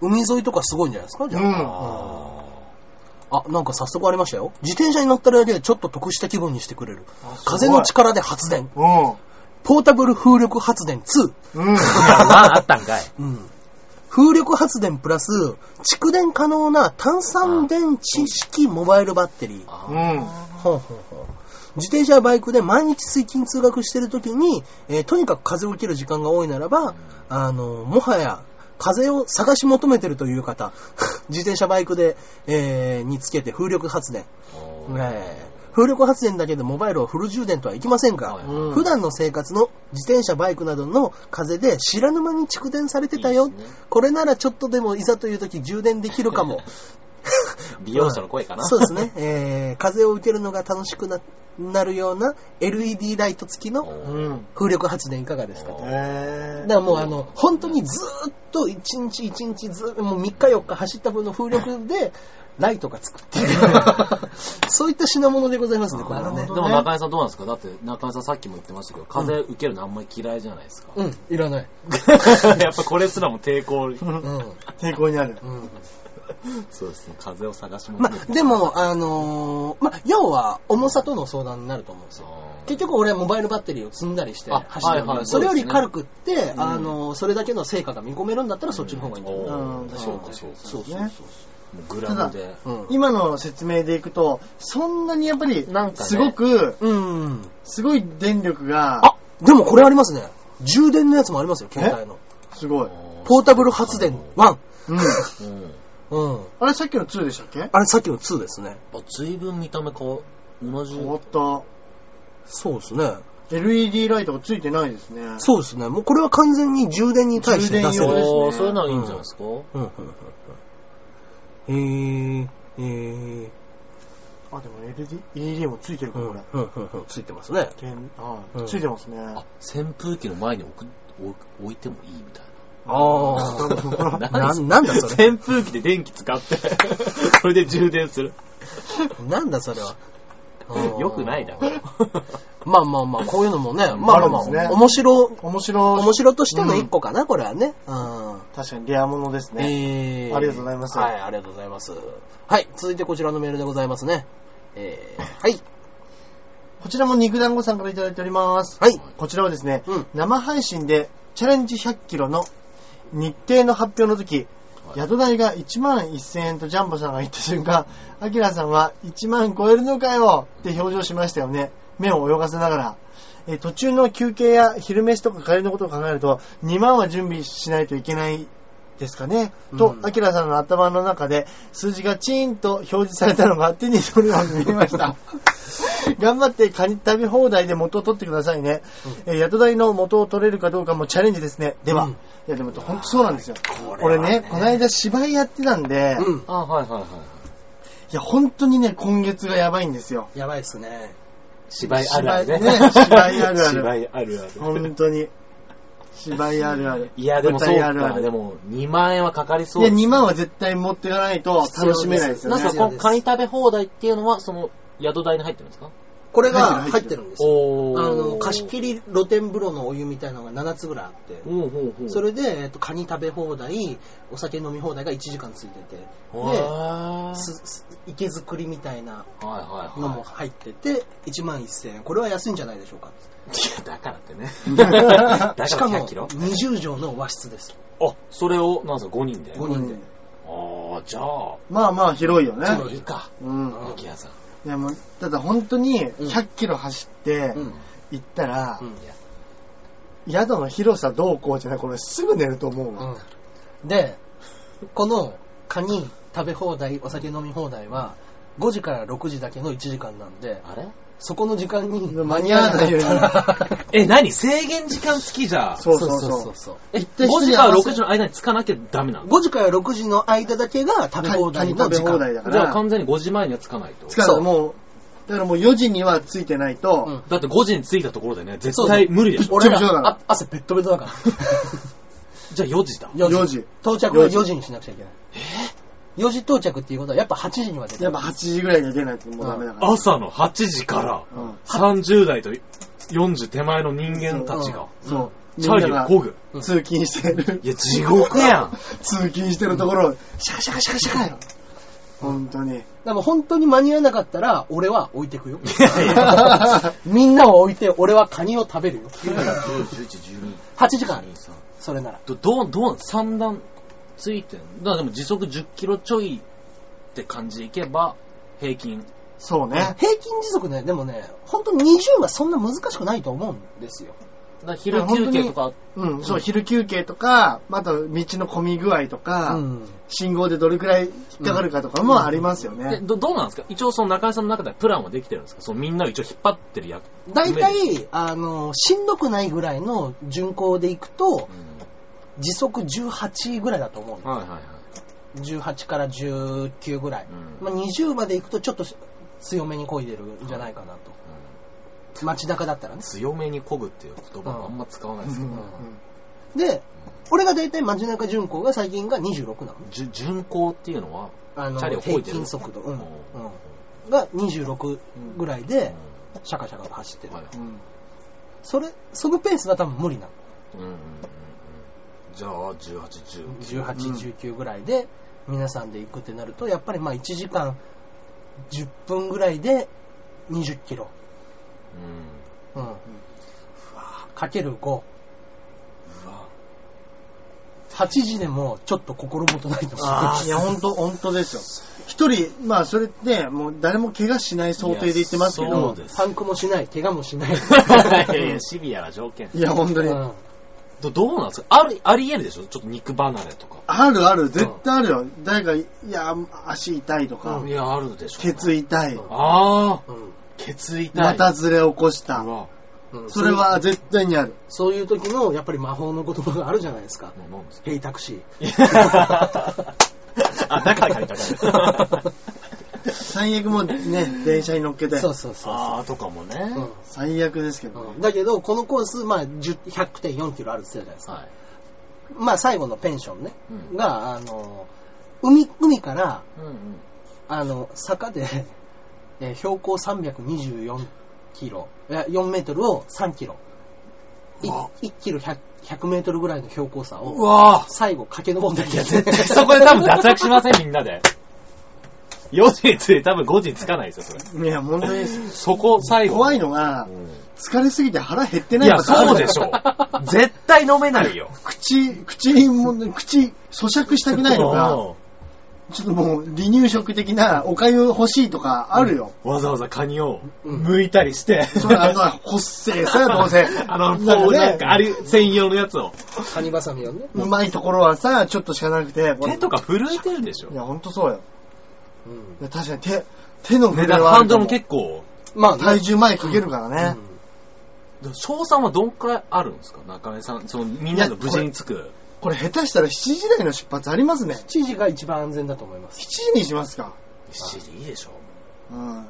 海沿いとかすごいんじゃないですかじゃあ。あ、なんか早速ありましたよ。自転車に乗ってるだけでちょっと得した気分にしてくれる。風の。力で発電。うん。ポータブル風力発電2。うん。あったんかい。うん。風力発電プラス、蓄電可能な炭酸電池式モバイルバッテリー。うん。ほうほうほう自転車やバイクで毎日通勤通学してるときに、えーとにかく風を受ける時間が多いならば、あの、もはや、風を探し求めてるという方、 自転車バイクで、えーにつけて風力発電。えー風力発電だけでモバイルをフル充電とはいきませんが、はいうん普段の生活の自転車、バイクなどの風で知らぬ間に蓄電されてたよ。いいですねこれならちょっとでもいざという時充電できるかも。美容者の声かな。そうですね。えー風を受けるのが楽しくななるような LED ライト付きのうん。風力発電いかがですかと。だへーからもうあの、本当にずーっと1日1日ずーもう3日4日走った分の風力で、ライトがつくっていう。そういった品物でございますね、これはねなるほ。でも中井さんどうなんですかだって中井さんさっきも言ってましたけど、風受けるのあんまり嫌いじゃないですか。うん、いらない。 やっぱこれすらも抵抗。うん。抵抗になる。うん。そうですね、風を探し求まめて。あ、でも、あのーまあ、要は重さとの相談になると思うんですよ。結局俺はモバイルバッテリーを積んだりしてあ走ってるはいはいそれよりそうですね軽くって、あのーそれだけの成果が見込めるんだったらそっちの方がいいんじゃない、ううんんおー確そうかかにそうかそうそうねもうグラムで。そう。今の説明でいくと、そんなにやっぱりなんか、ねすごく、うん。うん。すごい電力が、あ、でもこれありますね。充電のやつもありますよ、携帯の。すごい。ポータブル発電1。うん。うん。うん。あれさっきの2でしたっけあれさっきの2ですね。あ、随分見た目変わ、同じ。変わった。そうですね。 LED ライトがついてないですね。そうですね。もうこれは完全に充電に対して出せ充電用るで。すねおーそういうのはいいんじゃないですか、うんうんうんうん。へー。えー。あ、でも LED? LED もついてるか、これ。うんうんうんついてますね。点あうんついてますね。あ、扇風機の前に置く置置いてもいいみたいああ。 な。 ななんだそれ。扇風機で電気使って、 それで充電する。なんだそれ は。よくないだろ。まあまあまあ、こういうのもね、まあまあるんですあ、ね面白、面白い。面白としての一個かな、これはね。うん。確かにレアものですね。えーありがとうございますはい、ありがとうございます。はい、続いてこちらのメールでございますね。えー、はい、こちらも肉団子さんからいただいております。はい。こちらはですね、うん生配信でチャレンジ100キロの日程の発表の時、宿代が1万1000円とジャンボさんが言った瞬間、アキラさんは1万超えるのかよって表情しましたよね。目を泳がせながら。えー途中の休憩や昼飯とか帰りのことを考えると、2万は準備しないといけないですかね。とう、んアキラさんの頭の中で数字がチーンと表示されたのが手に取るように見え ました。頑張ってカニ旅放題で元を取ってくださいね。えー宿題の元を取れるかどうかもチャレンジですね。では。うんいや、でも本当そうなんですよ。これ俺はね、この間芝居やってたんで、ういん。 あ、はいはいはい。や、本当にね、今月がやばいんですよ。やばいっすね。芝居あるあるね。芝居 ね芝居あるある芝居あるある本当に。芝居あるある。いや、でもそう舞台あるあか。でる。も、2万円はかかりそいうや、です。 2万は絶対持っていかないと楽しめないですよなんねか、。このカニ食べ放題っていうのは、その、宿代に入ってるんですかこれが入入っっててるるんですよ。おあの、貸し切り露天風呂のお湯みたいなのが7つぐらいあって、ほうほうほう。それで、えっと、カニ食べ放題、お酒飲み放題が1時間ついてて、で、はすす池作りみたいないはいのもは入ってて、1万1000円。これは安いんじゃないでしょうか。い。 いや、だからってね。だからしかも、 100キロ20畳の和室です。あ、それを、なんすか、5人で。 5人で。ああ、じゃあ、まあまあ広いよね。いいか。うん。ん池谷さん。いやもう、ただ本当に100キロ走ってうん。行ったら、うん宿の広さどうこうじゃない、これすぐ寝ると思うわ。で、このカニ食べ放題、お酒飲み放題は、5時から6時だけの1時間なんで、あれそこの時間に間に合わないよねら え、何制限時間付きじゃ。そうそうそう。そう。え、一定5して時ねから6時の間に着かなきゃダメなの5時から6時の間だけが食べ放カ題ニの食べ時放題間。だかじゃあら、完全に5時前には着かないと。つかそうもう、だからもう4時にはついてないと、うんだって5時に着いたところでね、絶そう 対そ無理でしょ。俺俺ららあ汗ベッドベッドだから。じゃあ4時だ。 4四時到着は4時にしなくちゃいけない。4時到着っていうことはやっぱ8時には出てやっぱ8時ぐらいには出ないともうダメだから。朝の8時からうん30代と40手前の人間たちが、そう。チャリを漕ぐ。うん通勤してる。いや、地獄やん。通勤してるところを、シャカシャカシャカシャカよ。本当に。でも本当に間に合わなかったら、俺は置いてく よ。やい やみんなを置いて、俺はカニを食べるよ。8時間あるそれなら。ど、どう、どう、三段ついてんだからでも時速10キロちょいって感じでいけば、平均。そうね。平均時速ね、でもね、本当に20はそんな難しくないと思うんですよ。だから昼休憩とかあっうん、そう、昼休憩とか、また道の混み具合とか、うん信号でどれくらい引っかかるかとかもありますよね。でどどうなんですか一応その中井さんの中ではプランはできてるんですかそのみんなを一応引っ張ってる役。大体、あの、しんどくないぐらいの巡航で行くと、時速18ぐらいだと思うの。はいはいはい。 18から19ぐらい。うんまあ、20まで行くとちょっと強めに漕いでるんじゃないかなと。街中だったらね。強めに漕ぐっていう言葉はあんま使わないですけど、うんで、俺が大体街中巡航が最近が26なのね。じゅ巡航っていうのは、あのチャリを漕平いでる均速度、うんうんうんが26ぐらいでシャカシャカと走ってる、はいうんそれそのペースが多分無理なのうんうんうんうんじゃあ、18、う19。ん1819ぐらいで皆さんで行くってなるとやっぱりまあ1時間10分ぐらいで20キロ、うんうんかける5。うわ8時でもちょっと心もとないと思うあーいや、本当本当ですよ。一人、まあ、それって、もう誰も怪我しない想定で言ってますけいやそどう、ですパンクもし ない怪我もしない いやいやシビアな条件いや、本当に。うんどどうなんですかあるありえるでしょちょっと肉離れとか、あるある、絶対あるよ。誰か、いや、足痛いとか、うんいやあるでしょケツ痛い、ああうんケツ痛いまたずれ起こしたう。わうんそれは絶対にある。そういう時のやっぱり魔法の言葉があるじゃないですかもう飲んですか ヘイタクシーあ中で書いてある最悪もね、電車に乗っけて。そうそうそうああとかもね、そう、うん最悪ですけどね。だけど、このコース、まあ、10 100.4キロあるって言ってたじゃないですか。はいまあ、最後のペンションね、うんが、あの、海、海から、うんうんあの、坂で、 えー標高324キロ、いや4メートルを3キロ。いわ1キロ100、100メートルぐらいの標高差うを、わ最後駆け上んだーりいや絶対 そこで多分脱落しませんみんなで4時に着いて多分5時に着かないですよそいれや、本当にです。そこ最後怖いのが、疲れすぎて腹減っていないやパターンあるそうでしょ 絶対飲めないよ口、口にも、口、咀嚼したくないのが、ちょっともう、離乳食的なお粥欲しいとかあるよ。わざわざカニをうん剥いたりして、それあの、ほっせ 。えさ、どうせあの、だもうらなんかあれ専用のやつを。 カニバサミをね。うまいところはさ、ちょっとしかなくて。これ手とか震えてるでしょい。や、ほんとそうよ。うんいや確かに手、手のね、腕だからはあハンるとド思うルも結構、まあ、体重前かけるからね。賞賛はどんくらいあるんですか中根さん、そのみんなが無事に着く。これ下手したら7時台の出発ありますね。 7時が一番安全だと思います。 7時にしますか。七時でいいでしょ。うん。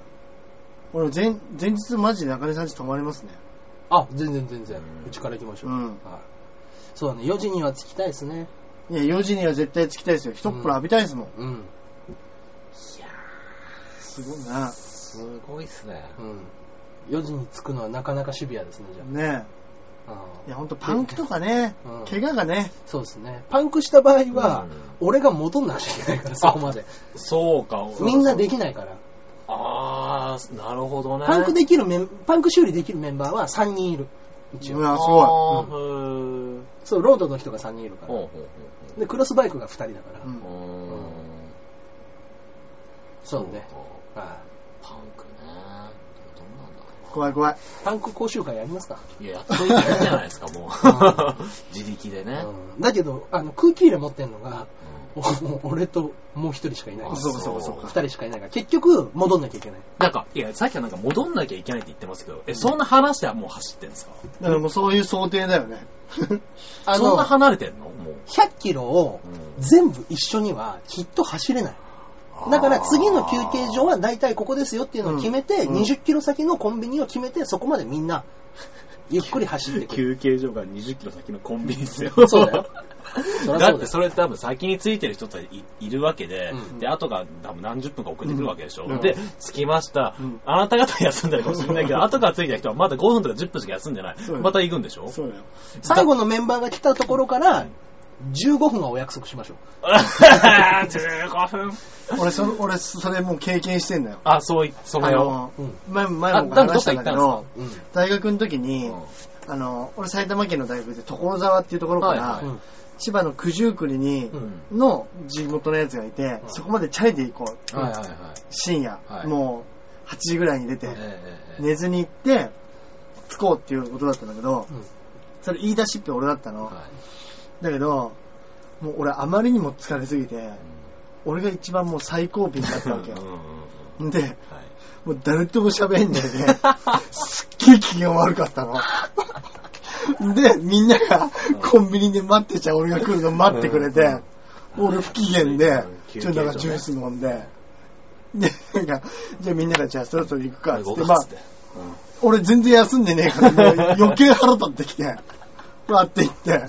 俺前、前日マジで中根さんち泊まりますね。あ、全然全然う。んうちから行きましょう。うんはい、そうだね、4時には着きたいですね。いや、4時には絶対着きたいですよ。一っ風呂浴びたいですもん。うん。いやすごいな。すごいっすね。うん。 4時に着くのはなかなかシビアですね、じゃねあ。え。いや、ほんとパンクとかね、うん怪我がね、そうですね。パンクした場合は、う俺が戻んなきゃいけないから、そこまで。そうか。みんなできないから。あー、なるほどね。パンクできるメン、パンク修理できるメンバーは3人いる。一う応。わ、すごあーふーそう、ロードの人が3人いるから。ほうほうで、クロスバイクが2人だから。い。うんほうほう。うーんそうね。かはいパンクね。どうなんだろ怖い怖い。パンク講習会やりますか、う。いや、やっといたらいいんじゃないですか、もう。自力でね。うんだけど、あの、空気入れ持ってんのが、うんおもう俺ともう1人しかいないあ。そうかそうかそう2か人しかいないから、結局、戻んなきゃいけない。なんか、いや、さっきはなんか戻んなきゃいけないって言ってますけど、え、そんな話ではもう走ってんですかだからもうそういう想定だよね。あそんのな、離れてんのもう。 100キロを全部一緒にはきっと走れない。だから次の休憩所は大体ここですよっていうのを決めて、うんうん20キロ先のコンビニを決めて、そこまでみんな、ゆっくり走ってくる。休憩所が20キロ先のコンビニですよ。そうだよ。そりゃそうだだよってそれ多分先についてる人っていいるわけで、うんで、後が多分何十分か遅れてくるわけでしょ。うんで、着きました、うんあなた方休んでるかもしれないけど、後からついた人はまだ5分とか10分しか休んでないそう。よまた行くんでしょ そうだよ。最後のメンバーが来たところから、15分はお約束しましょう。 15分。俺、その、俺、それもう経験してんだよ。あ、そうい、そあのよ。のうん、前も、前あ、もなんかど話っしたか行んっだたけんですどか、うん。大学の時に、うんあの、俺埼玉県の大学で所沢っていうところから、はいうん千葉の九十九里に、うんの地元のやつがいて、うんそこまでチャリで行こう。はいはいはい。深夜、はいもう8時ぐらいに出て、ええええ寝ずに行って、着こうっていうことだったんだけど、それ言い出しっぺ俺だったの。はだけど、もう俺あまりにも疲れすぎて、い俺が一番もう最後尾になったわけうんよ。うんうんうんで、はいもう誰とも喋んないで、すっげえ機嫌悪かったの。で、みんながコンビニで待ってちゃう俺が来るの待ってくれて、俺不機嫌で、うんちょっとなんかジュース飲んで、で、なんか、じゃあみんながじゃあそろそろ行くかっつ動って、かまあすっ、て俺全然休んでねえから、もう余計腹立ってきて、わーって行って、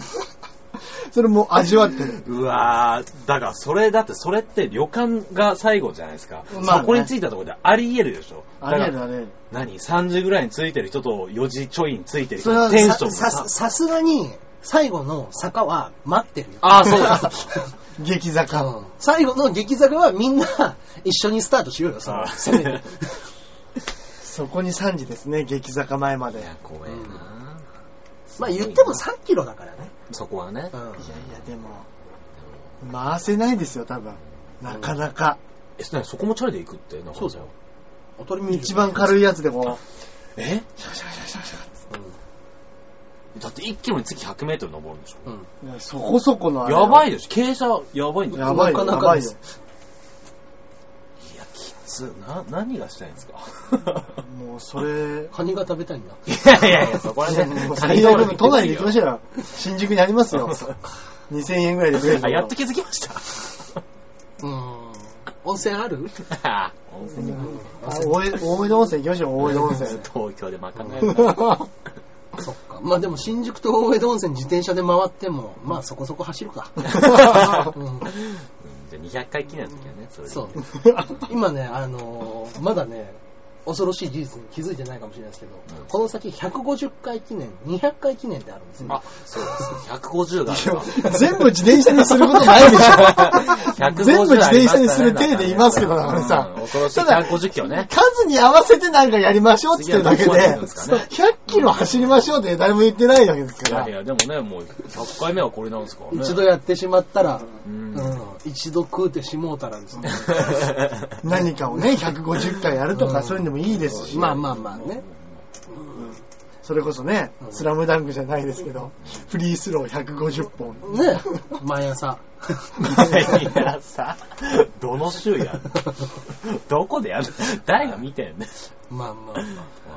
それもう味わってる。うわー、だからそれ、だってそれって旅館が最後じゃないですか。まあねそこに着いたところであり得るでしょ。あれだあかれらあれ。何 ?3 時ぐらいに着いてる人と4時ちょいに着いてる人それはのテンションささもさ。さすがに、最後の坂は待ってるよ。ああ、そうだ。激う坂。ん最後の激坂はみんな一緒にスタートしようよ、そのあ攻めるそこに3時ですね、激坂前まで。いや怖えなまあ言っても3キロだからね。そこはねう。んいや、でも、回せないですよ、多分。なかなか。え、そそこもチャリで行くって、なんかそうだよ。おとり見一番軽いやつでこえう、シャシャシャシャシャだって1キロにつき100メートル登るんでしうん。うん。いやそこそこのょ。あれやばいでしょ。傾斜、やばいんだよ。やばいなよ、かなやかばいでよす。いや、きつ。な、何がしたいんで すかもうそれ、カニが食べたいんだ。いやいやいや、そこはねもう、カ最ニ道悪路の都内で行きましょょうよ。新宿にあります よ。2000円ぐらいでくれるあ、やっと気づきました。うーん。温泉ある温う泉にん あ大江大江戸温泉行きましょう、大江戸温泉。東京でまかないな。そっか。まあでも新宿と大江戸温泉自転車で回っても、まあそこそこ走るか。うんじゃあ200回記念の時はね、それでそう。今ね、あのーまだね、恐ろしい事実に気づいてないかもしれないですけど、うんこの先150回記念、200回記念ってあるんですよ。あ、そうです。150があれば。全部自転車にすることないでしょ。 150全部自転車にする体でいますけど、中根さうん。ん恐ろしいただ150キロね数に合わせてなんかやりましょうって言ってるだけ次はで、どこまで行くんですかね100キロ走りましょうって誰も言ってないわけですいかやいら。や、でもね、もう100回目はこれなんですからね。一度やってしまったら、う。うんん、一度食うてしもうたらですね。何かをね、150回やるとうか、んそういうのもいいですし、まあまあまあね。それこそねう、んスラムダンクじゃないですけど、フリースロー150本。ね毎 朝。いやさ、どの週やるどこでやる誰が見てんねまあまあ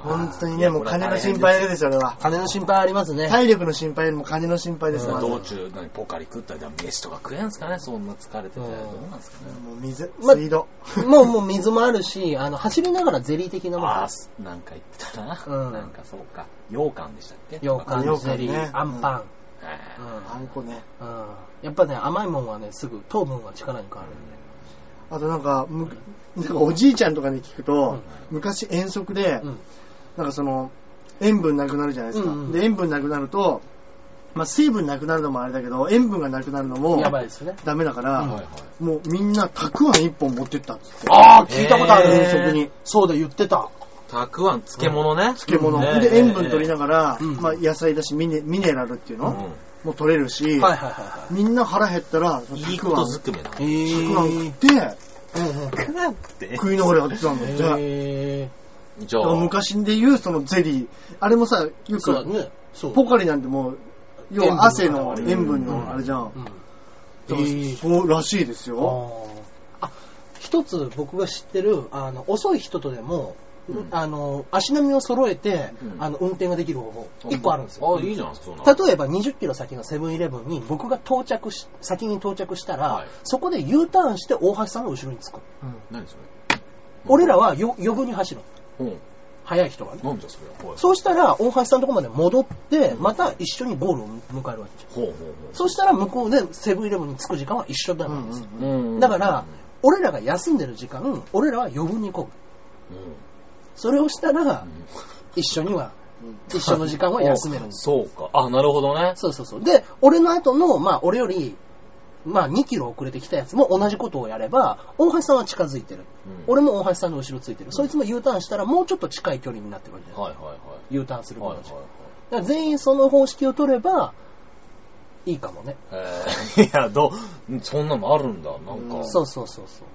ま本当にね、もう金の心配ですよ、それはあ。。金の心配ありますね。体力の心配よりも金の心配ですから。道中、何、ポカリ食ったり、飯とか食えんすかねそんな疲れてて。どうなんすかねもう水、ま水道。もうもう水もあるし、あの、走りながらゼリー的なもの。ああ、すなんか言ってたな。うんなんかそうか。羊羹でしたっけ羊羊羹、羹ねゼリー、あんパン。うあんあんこね。うんやっぱね、甘いもんはね、すぐ糖分は力に変わるんで。あとなんか、むなんかおじいちゃんとかに聞くと、昔遠足で、うんなんかその、塩分なくなるじゃないですか。うんうんで、塩分なくなると、まあ、水分なくなるのもあれだけど、塩分がなくなるのもやばいですね。ダメだから、はいはい。もうみんなたくあん一本持ってったっつって。ああ、聞いたことある。へー夕食に。そうだ、言ってた。たくあん、漬物ね。漬物。ねで、塩分取りながら、うんまあ、野菜だしミネ、ミネラルっていうの、うんも取れるし、はいはいはみんな腹減ったら、いいたこくあとん、ずたくめだ。いはい。へくあん食っーて、くあんって食いながらやってたんだって。だかへじゃらあ、昔で言うそのゼリー、あれもさ、よー。そうだくね。そう。ポカリなんてもう、要は汗の塩分うんのあれじゃん。うん。でへーもそうらしいですよ。あーあ一つ僕が知ってるあの遅い人とでも、うんあの足並みを揃えて、うんあの運転ができる方法一個あるんですよ、あ、いいじゃん、そうなの。例えば20キロ先のセブンイレブンに僕が到着し先に到着したら、はいそこで U ターンして大橋さんの後ろにつく、何それ俺らはよ余分に走るうん。速い人はねなんじゃそれほうそうしたら大橋さんのとこまで戻ってまた一緒にゴールを迎えるわけじゃんほうほうそうしたら向こうでセブンイレブンに着く時間は一緒だうなんんでうすよ、ほうんうん。だから、俺らが休んでる時間、俺らは余分にこう。うん、それをしたうら、ん一緒には、一緒の時間は休めるんです。そうか。あ、なるほどね。そうそうそう。で、俺の後の、まあ、俺より、まあ、2キロ遅れてきたやつも同じことをやれば、大橋さんは近づいてる。うん俺も大橋さんの後ろついてる。そいつも U ターンしたら、もうちょっと近い距離になってくるじゃん。はいはいは U ターンすい。る子はいたはち。いだはかい。ら全員その方式を取れば、いいかもね。えー、いや、どう、そんなのあるんだ、なんか。。そううそうそうそう。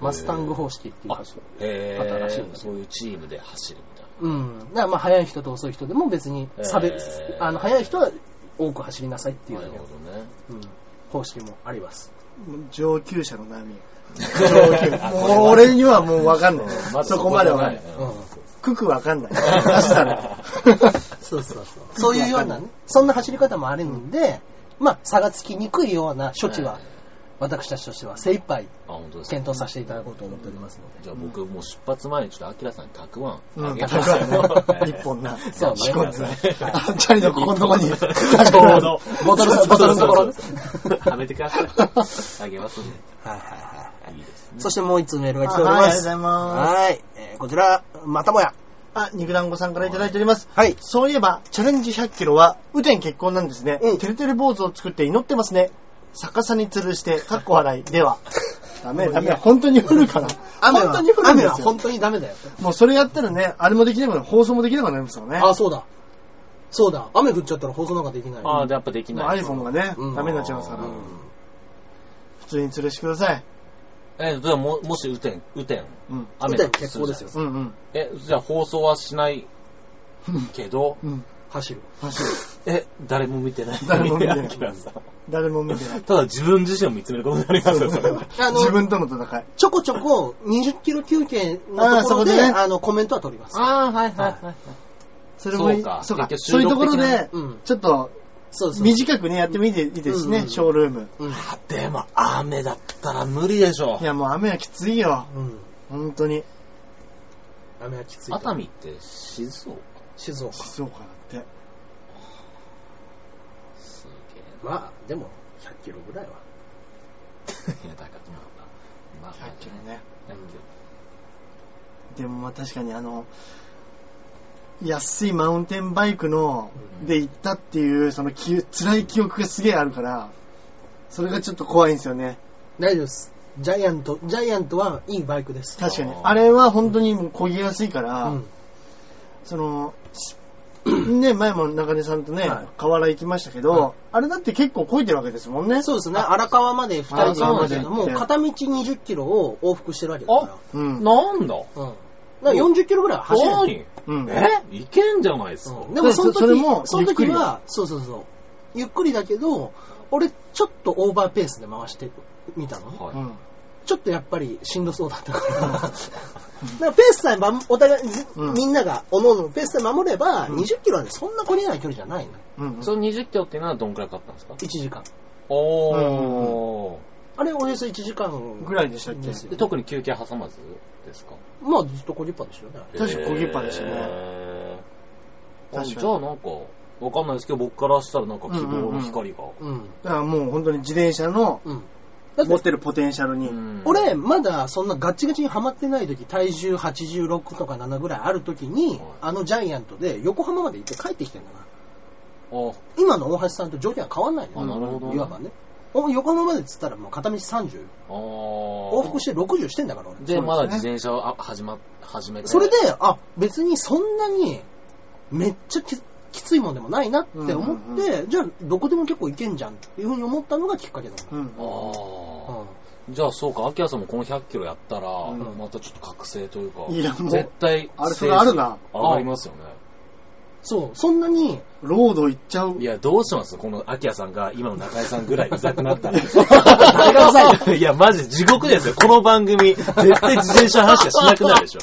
マスタング方式っていうあか、、え新しいんだー、けどそういうチームで走るみたいな。うん。だからまあ、速い人と遅い人でも別に差別、えーあの、速い人は多く走りなさいっていうなだるけのほどね。うん、方式もあります。上級者の波。上級もう俺にはもうわかんない。そこまでわかんない。うん。くくわかんない。出したら。そうそうそう。そういうようなね、そんな走り方もあるんで、まあ、差がつきにくいような処置は、私たちとしては精一杯あ、本当ですか。検討させていただこうと思っておりますので。じゃあ僕、もう出発前にちょっとアキラさんにたくあんうあん、げまたすくあんはね。い一 本な。そう仕込んでねはい。あチャリのここのとこに。ちち ょうど。ボトルのボトルのところねそうそうそうはめてくだ さい。あげますね。はいはいはいいですね。そしてもう一通メールが来ておりはい、まありがとうごす。ざいます。はい。えーこちら、またもや。あ、肉団子さんからいただいております。はい。そういえば、チャレンジ100キロは、雨天結婚なんですね。うんてるてる坊主を作って祈ってますね。逆さに吊るして、かっこ笑い。では。 ダメ、ダメ。本当に降るから。雨は、本当に降るん雨ではすよ本。当にダメだよ。もうそれやったらね、あれもできなくなる、放送もできなくなりますからね。あ、そうだ。そうだ。雨降っちゃったら放送なんかできない。ああ、やっぱできもうない iPhone がね、うんダメになっちゃいますからう。ん普通に吊るしてください。えー、じゃあも、もし雨天、雨天、うん。雨雨だ天と結する構でじゃないすよ。うんうん。え、じゃあ放送はしないけど、うん。走る。走る。え、誰も見てない。誰も見てないアキラさん 誰も見てない。 ただ自分自身を見つめることになりますよ、それは。あ自の、分との戦い。ちょこちょこ20キロ休憩のあーところそで、こでねあの、コメントは取ります。ああ、ははいいはい。それもいいそうかそうか。結そう局いうとこ収録ろ的なで、うん。ちょっと、そうそう。短くね、やってもいいでいいですしうんうね、んショールーム。うん。でも、雨だったら無理でしょい。や、もう雨はきついよ。うん。本当に。雨はきついと。熱海って静岡静岡。静岡だって。すげまあ、でも、100キロぐらいは。え。いや、だから、まあまあ、まあ、 100キロね。 100でもまあ確かにあの、安いマウンテンバイクの、うんで行ったっていう、そのき辛い記憶がすげえあるから、それがちょっと怖いんですよね。大丈夫です。ジャイアント、ジャイアントはいいバイクです。確かにあ。ーあれは本当にもう漕ぎやすいから、うん。その、ね、前も中根さんとね、はい河原行きましたけど、はいあれだって結構漕いでるわけですもんね。そうですね。荒川まで2人で行くんだけども、荒川まで行って片道20キロを往復してるわけだから。うキロ。ん。なんだうん。だから40キロぐらいは走れる。何うん。えいけんじゃないですか。うんでもその時それもその時ゆっくりは、そうそうそう。ゆっくりだけど、俺、ちょっとオーバーペースで回してみたのね。はうい。ん。ちょっとやっぱりしんどそうだった から。だからペースさえばん、お互い、ずうんみんなが、おののペースで守れば、うん20キロはね、そんなこりない距離じゃないの。うん。その20キロっていうのはどんくらいかかったんですか1時間。おー。あれ、およそ1時間ぐらいでしたっけですよで特に休憩挟まずですかまあ、ずっとこりっぱでしょうね。確かに小木っぱでしたねへーあ確かにじゃあなんか、わかんないですけど、僕からしたらなんか希望の光が。うん。だからもう本当に自転車のうん。だって持ってるポテンシャルに。うん俺、まだそんなガッチガチにハマってない時、体重86とか7ぐらいある時に、あのジャイアントで横浜まで行って帰ってきてんだな。お今の大橋さんと条件は変わんないあ、のなよ。るほど。いわばね。お横浜までっつったらもう片道30。往往復して60してんだから俺。そうで、ですねまだ自転車をあ始ま、始めて。それで、あ、別にそんなにめっちゃききついもんでもないなって思って、うんうんじゃあどこでも結構行けんじゃんっていうふうに思ったのがきっかけなの。うんああ、うじゃあそうか、秋葉さんもこの100キロやったら、んまたちょっと覚醒というか、いやもう絶対、あれそれあるな。上がりますよね。んそう、そんなに、ロード行っちゃうい。や、どうしますこの秋葉さんが今の中井さんぐらいうざくな ったら。 誰がうざいのいや、マジ地獄ですよ。この番組、絶対自転車の話しかしなくなるでしょ。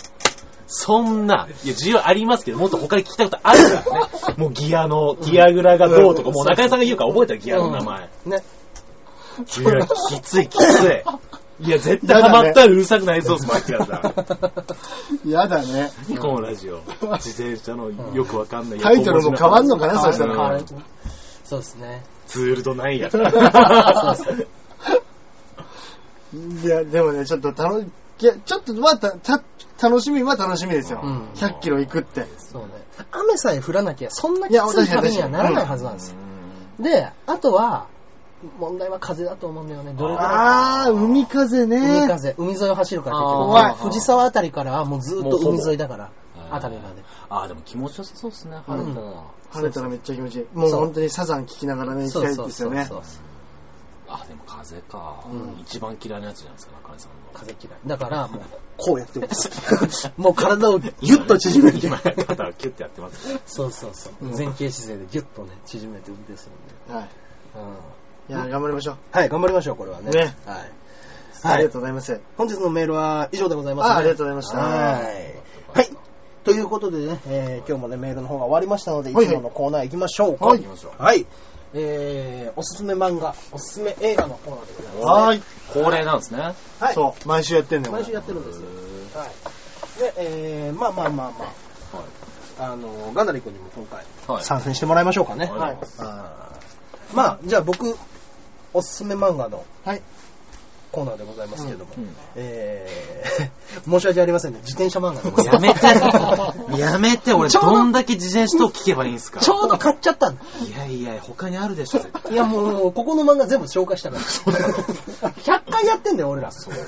そんな、いや、需要ありますけど、もっと他に聞きたいことあるからね。もうギアの、ギアグラがどうとか、もう中井さんが言うから覚えたらギアの名前。ね。いや、きついきつい。いや、絶対ハマったらうるさくなりそうです、マッキアさん。やだね。何このラジオ。自転車のよくわかんない。タイトルも変わんのかな、そ変したわうるん変わら。るそうですね。ツールドない やつ。いや、でもね、ちょっと楽し、いやちょっとまあ、た、た、楽しみは楽しみですよ。うん100キロ行くって。そうね。雨さえ降らなきゃそんなきつい旅にはならないはずなんですよ。で、あとは、問題は風だと思うんだよね。どれぐらいあー、海風ね。海風、海沿いを走るから結局怖い藤沢あたりからはもうずっと海沿いだからもうほ、ぼ熱海まで。ああ、でも気持ちよさそうですね、晴れたら。晴れたらめっちゃ気持ちいい。もうそう本当にサザン聴きながらね、行きたいですよね。そうそう。あ、でも風か、うん一番嫌いなやつじゃないですか、中井さんの。風嫌い。だから、もう、こうやってます。 もう体をギュッと縮めて今、。肩をキュッてやってますね。 そうそうそうう。ん前傾姿勢でギュッとね、縮めて運転するんで。はい。うんいや、頑張りましょう。はい、頑張りましょう、これはね。ねはい。あはりいがと。うございます。本日のメールは以上でございます、あありがとうございましたはい。はい。ということでね、えー今日もね、メールの方が終わりましたので、いはいつものコーナー行きましょうか。はい行きましょうはい。えー、おすすめ漫画、おすすめ映画のコーナーでご ざいます。はーい。恒例なんですね。はい。そう、毎週やってんねん。毎週やってるんですよ。はい。で、えー、まあまあまあまあ、あの、ガンダリ君にも今回、はい。参戦してもらいましょうかね。はいあーまあ、じゃあ僕、おすすめ漫画のはいコーナーでございますけども、うんえー、 申し訳ありませんね、自転車漫画でございやますめて、やめて、俺、ちょうどどんだけ自転車と聞けばいいんす か。ちょうど買っちゃったんだ。いやいや、他にあるでしょ、絶 対。いやもう、ここの漫画全部紹介したから。100回やってんだよ、俺ら。そうか。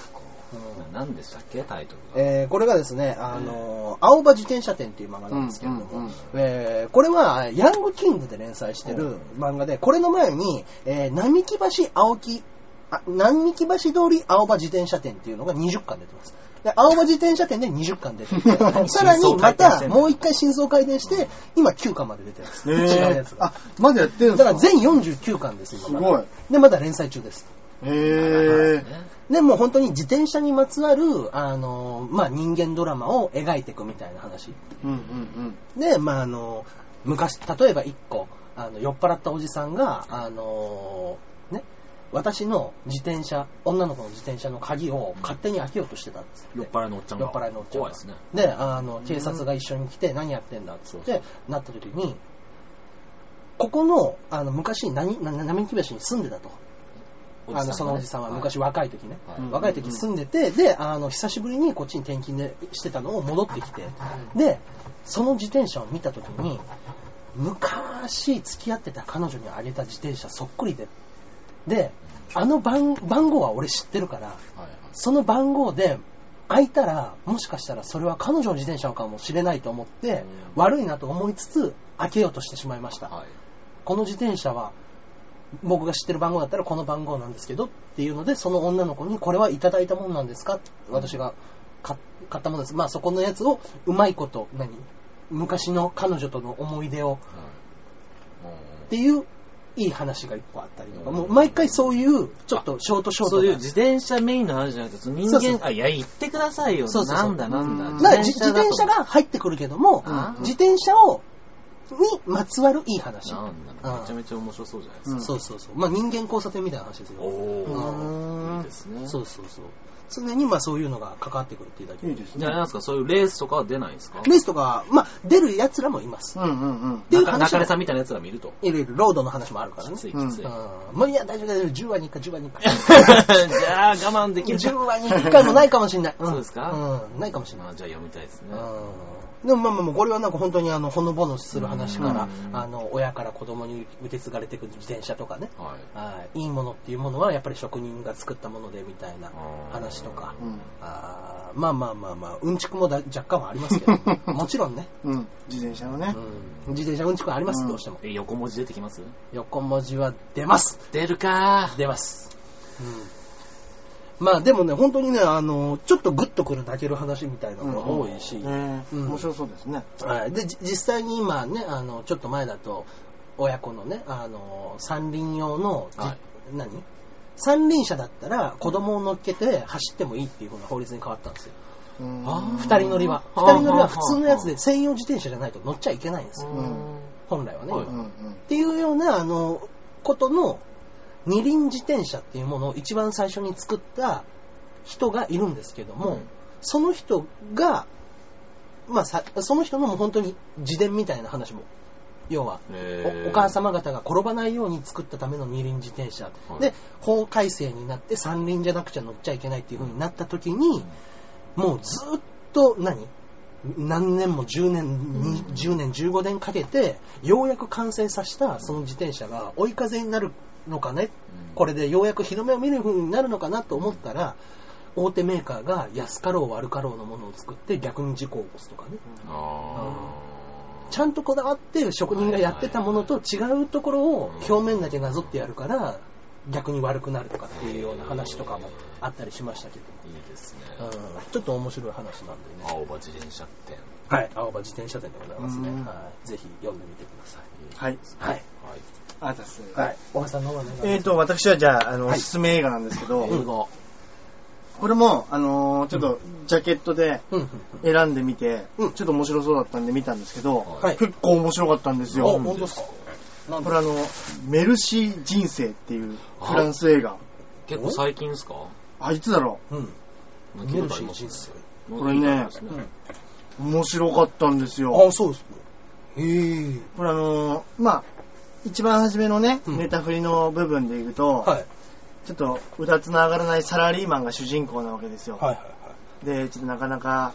何でしたっけ、タイトルが。えーこれがですね、あのー青葉自転車店っていう漫画なんですけれども、うんうんうんえーこれは、ヤングキングで連載してる漫画で、これの前に、えー並木橋青木、あ並木橋通り青葉自転車店っていうのが20巻出てます。で、青葉自転車店で20巻出 てて、 さらにまたもう一回真相回転して、今9巻まで出てます。え違うやーつ、が。あ、まだやってるんだですかから全49巻です、す今まごだい。で、まだ連載中です。えー。で、もう本当に自転車にまつわる、あの、まあ、人間ドラマを描いていくみたいな話。うんうんで、まあ、あの、昔、例えば一個、あの、酔っ払ったおじさんが、あの、ね、私の自転車、女の子の自転車の鍵を勝手に開けようとしてたんですよ酔ね、っ払いのおっちゃんが。酔っ払いのおっちゃん怖がいですね。で、あの、警察が一緒に来て、何やってんだっつって、なった時に、ここの、あの、昔、何、何、何、木橋に住んでたと。おじさあんがねの、そのおじさんは昔若い時ね。はいうん若い時住んでて、で、あの、久しぶりにこっちに転勤でしてたのを戻ってきて、で、その自転車を見た時に、昔付き合ってた彼女にあげた自転車そっくりで、で、あの番番号は俺知ってるから、はいその番号で開いたら、もしかしたらそれは彼女の自転車かもしれないと思って、うん悪いなと思いつつ、開けようとしてしまいました。はい。はいこの自転車は僕が知ってる番号だったらこの番号なんですけどっていうのでその女の子にこれはいただいたものなんですか私が買買ったものですまあそこのやつをうまいこと何昔の彼女との思い出をっていういい話が一個あったりとかもう毎回そういうちょっとショートショーそういうト自転車メインの話じゃなくて、その人そうそう間、あ、いや、言ってくださいよ。そうそうそうなんだなんなだ。な自自転車だが入ってくるけどもあー自転車をにまつわるいいと話なんうだ、んめちゃめちゃ面白そうじゃないですうか。んそうそうそうまあ人間交差点みたいな話ですよおうーんいいですね。そうそうそう。常にまあそういうのが関わってくるっていうだけいでいですじゃああれねなん。ですか、そういうレースとかは出ないんですかレースとか、まあ出る奴らもいます。うんうんうん。ていう中話中根さんみたいなやつが見ると。いろいろロードの話もあるからねき。つい、きうんつい。 じうん。まあいや、大丈夫大丈夫。10話に1回、10話に1回。 ゃあ、我慢できる10か。話に1回もないかもしれない。ん そうですかうん。ないかもしれないまあ。じゃあ読みたいですね。うんでもまあまあまあこれはなんか本当にあのほのぼのする話から、うんあの親から子供に受け継がれていく自転車とかね、はい。はいいいものっていうものはやっぱり職人が作ったものでみたいな話とか、うんあーまあまあまあまあうんちくもだ若干はありますけ どもちろんね、うん。自転車のね。うん自転車うんちくはあります、うんどうしてもえ横文字出てきます横文字は出ます出るか出ます、うん、まあでもね本当にねあのちょっとグッとくる泣ける話みたいなのが多いし、ねえうん面白そうですね。はい、でじ実際に今ねあのちょっと前だと親子のねあの三輪用の、じはい何三輪車だったら子供を乗っけて走ってもいいっていう風な法律に変わったんですよあー二二人乗りはうん二人乗りは普通のやつで専用自転車じゃないと乗っちゃいけないんですようん本来はね、はいうんうん。っていうようなあのことの二輪自転車っていうものを一番最初に作った人がいるんですけども、うんその人が、まあ、さその人のもう本当に自伝みたいな話も要はおお母様方が転ばないように作ったための二輪自転車、はいで法改正になって三輪じゃなくちゃ乗っちゃいけないっていう風になった時に、もうずっと何何年も10年、に10年15年かけてようやく完成させたその自転車が追い風になるのかねこれでようやく日の目を見る風になるのかなと思ったら大手メーカーが安かろう悪かろうのものを作って逆に事故を起こすとかねあちゃんとこだわって職人がやってたものと違うところを表面だけなぞってやるから逆に悪くなるとかっていうような話とかもあったりしましたけーいいですね。ど、うん、ちょっと面白い話なんでね青葉自転車店。はい青葉自転車店でございますね、うんはい、ぜひ読んでみてくださいはい。はいはい。あたす。はい大橋さんの方がねえーと、私はじゃあ、あの、おはいすすめ映画なんですけど、うん語。これも、あのーちょっと、ジャケットでうんうん選んでみて、うんちょっと面白そうだったんで見たんですけど、はい結構面白かったんですあよ。本当ですかなんこだれあの、メルシー人生っていうフランス映画。結構最近ですかあいつだろうん聞見いるたことあしります人生これねう。面白かったんですあよ。そうですねへえこれあのーまあ、一番初めのね、うんネタ振りの部分でいくと、はいちょっとうだつの上がらないサラリーマンが主人公なわけですよ。はいはいで、ちょっとなかなか、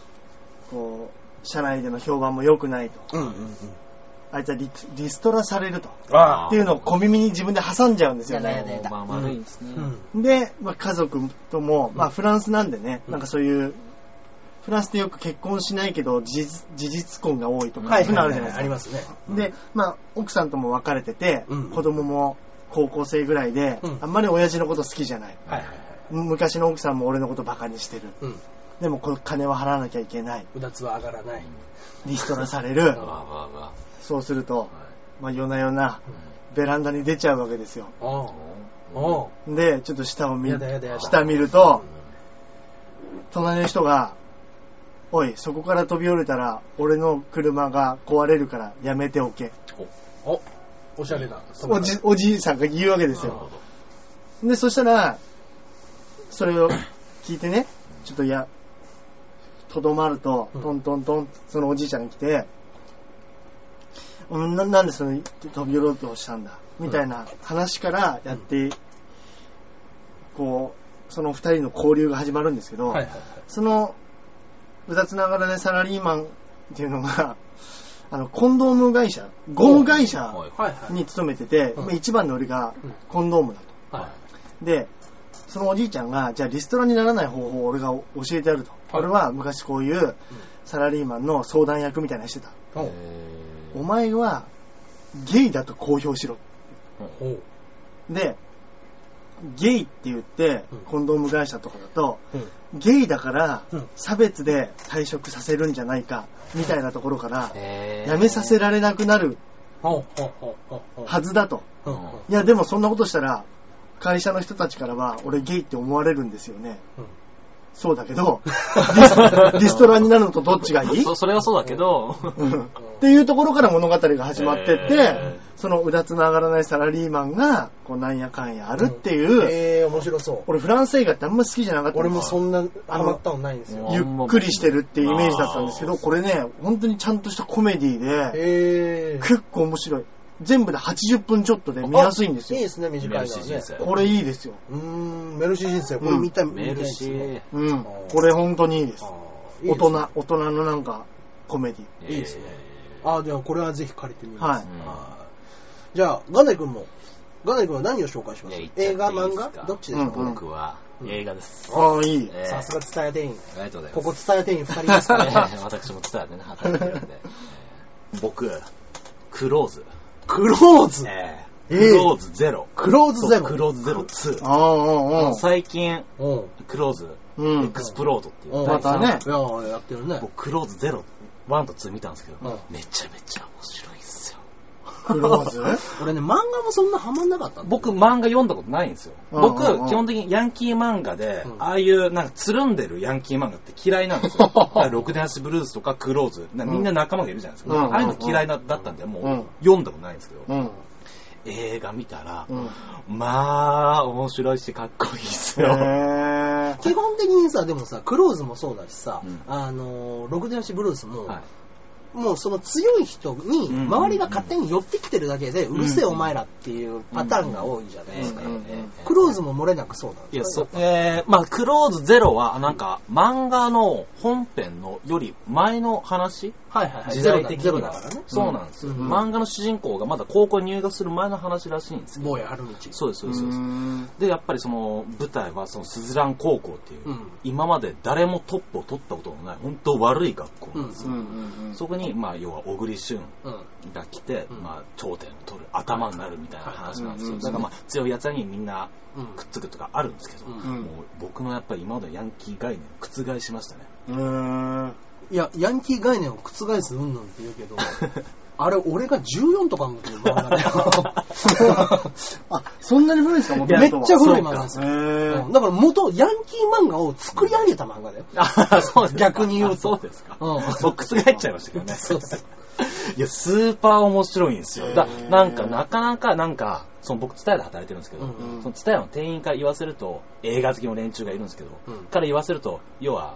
こう、社内での評判も良くないと。はいうんうんうんあいつはリリストラされると。あーっていうのを小耳に自分で挟んじゃうんですよやだね。やだまあ、悪いですね。うんで、まあ、家族とも、まあ、フランスなんでね、うんなんかそういう、フランスってよく結婚しないけど、事実事実婚が多いとか、はいそういうのあるじゃないありですますねか。で、まあ、奥さんとも別れてて、うん子供も高校生ぐらいで、うんあんまり親父のこと好きじゃない。はいはいはい昔の奥さんも俺のことバカにしてる。うんでも、これ金は払わなきゃいけない。うだつは上がらないリストラされるう。わわわわ。そうすると、はいまあ、夜な夜な、ベランダに出ちゃうわけですよ。ああうんあで、ちょっと下を見やだやだやだ下見ると、隣の人が、おい、そこから飛び降りたら、俺の車が壊れるからやめておけ。あおおしゃれなおじ、おじいさんが言うわけですなるほよ。ど。で、そしたら、それを聞いてね、ちょっとや、とどまると、うんトントントン、そのおじいちゃんが来て、うん、ななんでその飛び降りようとしたんだみたいな話からやって、こう、その二人の交流が始まるんですけど、はいはいはいその、うだつながらでサラリーマンっていうのが、あの、コンドーム会社、ゴム会社はいはいはいに勤めてて、うんまあ一番の売りがうんコンドームだと。はいで、そのおじいちゃんが、じゃあリストラにならない方法を俺が教えてやると。はい俺は昔こういうサラリーマンの相談役みたいなのしてた。おえーお前はゲイだと公表しろ。おで、ゲイって言ってうん、コンドーム会社とかだと、うんゲイだからうん差別で退職させるんじゃないかみたいなところからえー辞めさせられなくなるおおおおおはずだとうんうんいやでもそんなことしたら会社の人たちからは俺ゲイって思われるんですよねうんそうだけどリスリストラになるのとどっちがいいそそれはそうだけど、うんっていうところから物語が始まってって、えーそのうだつの上がらないサラリーマンが、こうなんやかんやあるっていう、えー、面白そう。俺フランス映画ってあんま好きじゃなかった俺もそんなハマったのないんですよ。もゆっくりしてるっていうイメージだったんですけど、これね、本当にちゃんとしたコメディで、えー。結構面白い。全部で80分ちょっとで見やすいんですあいいよ。ですね、短いのはね。珍しい人生これいいですよ。うーん、メルシー人生。これ見たい、見たメいルでシすねー。うん。これ本当にいいですあ。ーいい大ですね人、大人のなんか、コメディ。いいですねあー、ではこれはぜひ借りてみはます。い。はい。じゃあ、ガネ君も。ガネ君は何を紹介しますいや言っちゃっていい映画、漫ですか画どっちでしょうかうんうん僕は映画です。ああ、いい。えーさすが伝え店員。ありがとうございこます。こ伝え店員2人ですからね。えー私も伝えてね、働いてるんで。えー僕、クローズ。クローズ。ええーークローズゼロ。クローズゼそうロ。クローズゼロ2。ああ、ああ、最近、うん。クローズ、うんエクスプロードっていう。うんまたいねやー、やってるね。僕、クローズゼロ、1と2見たんですけどうん、めちゃめちゃ面白いっすよ。クローズ俺ね、漫画もそんなハマんなかったんだよ僕、漫画読んだことないんですよ。うん僕、うんうん基本的にヤンキー漫画でう、んああいう、なんか、つるんでるヤンキー漫画って嫌いな んですよ。だからろくでなしブルースとか、クローズ、なみんな仲間がいるじゃないですか。うんああいうの嫌いなだったんで、もう、うん読んだことないんですけど、うん。映画見たら、うん。まあ、面白いし、かっこいいっすへよ。え。基本的にさ、でもさ、クローズもそうだしさ、うんあのー、ろくでなしブルースも、はいもうその強い人に、うん周りが勝手に寄ってきてるだけで、ううんるせえお前らっていうパターンが多いじゃないですか。うんうんうんクローズも漏れなくそうなんいや、ですそう、えー、まあ、クローズゼロは、なんか、漫画の本編のより前の話はいはいはい。時代的ゼロにだはからね。そうなんですよ、うん漫画の主人公がまだ高校に入学する前の話らしいんですよ。坊や春道。そうです、そうです、そうです。ん。で、やっぱりその舞台はそのスズラン高校っていう、うん今まで誰もトップを取ったことのない、本当悪い学校なんですうよ。んうんうん。そこに、まあ、要は小栗旬うん。が来て、うんまあ、頂点を取る、頭になるみたいな話なんですよ。はいだからまあ、強い奴らにみんなうん。くっつくとかあるんですけど、うんうんもう僕のやっぱり今までのヤンキー概念を覆しましたね。うーん。いや、ヤンキー概念を覆すうんぬんって言う けど、あれ、俺が14とかの時の漫画だよ。あ、そんなに古いんですか元めっ々はちゃ古い漫画なんですよ。へうーんだから元、ヤンキー漫画を作り上げた漫画だよ。あそうですか逆に言うとあそうですか。うん僕覆っちゃいましたけどね。そうそう。いや、スーパー面白いんですよ。だへーなんか、なかなか、なんか、その僕、ツタヤで働いてるんですけど、うんそのツタヤの店員から言わせると、映画好きの連中がいるんですけど、うんから言わせると、要は、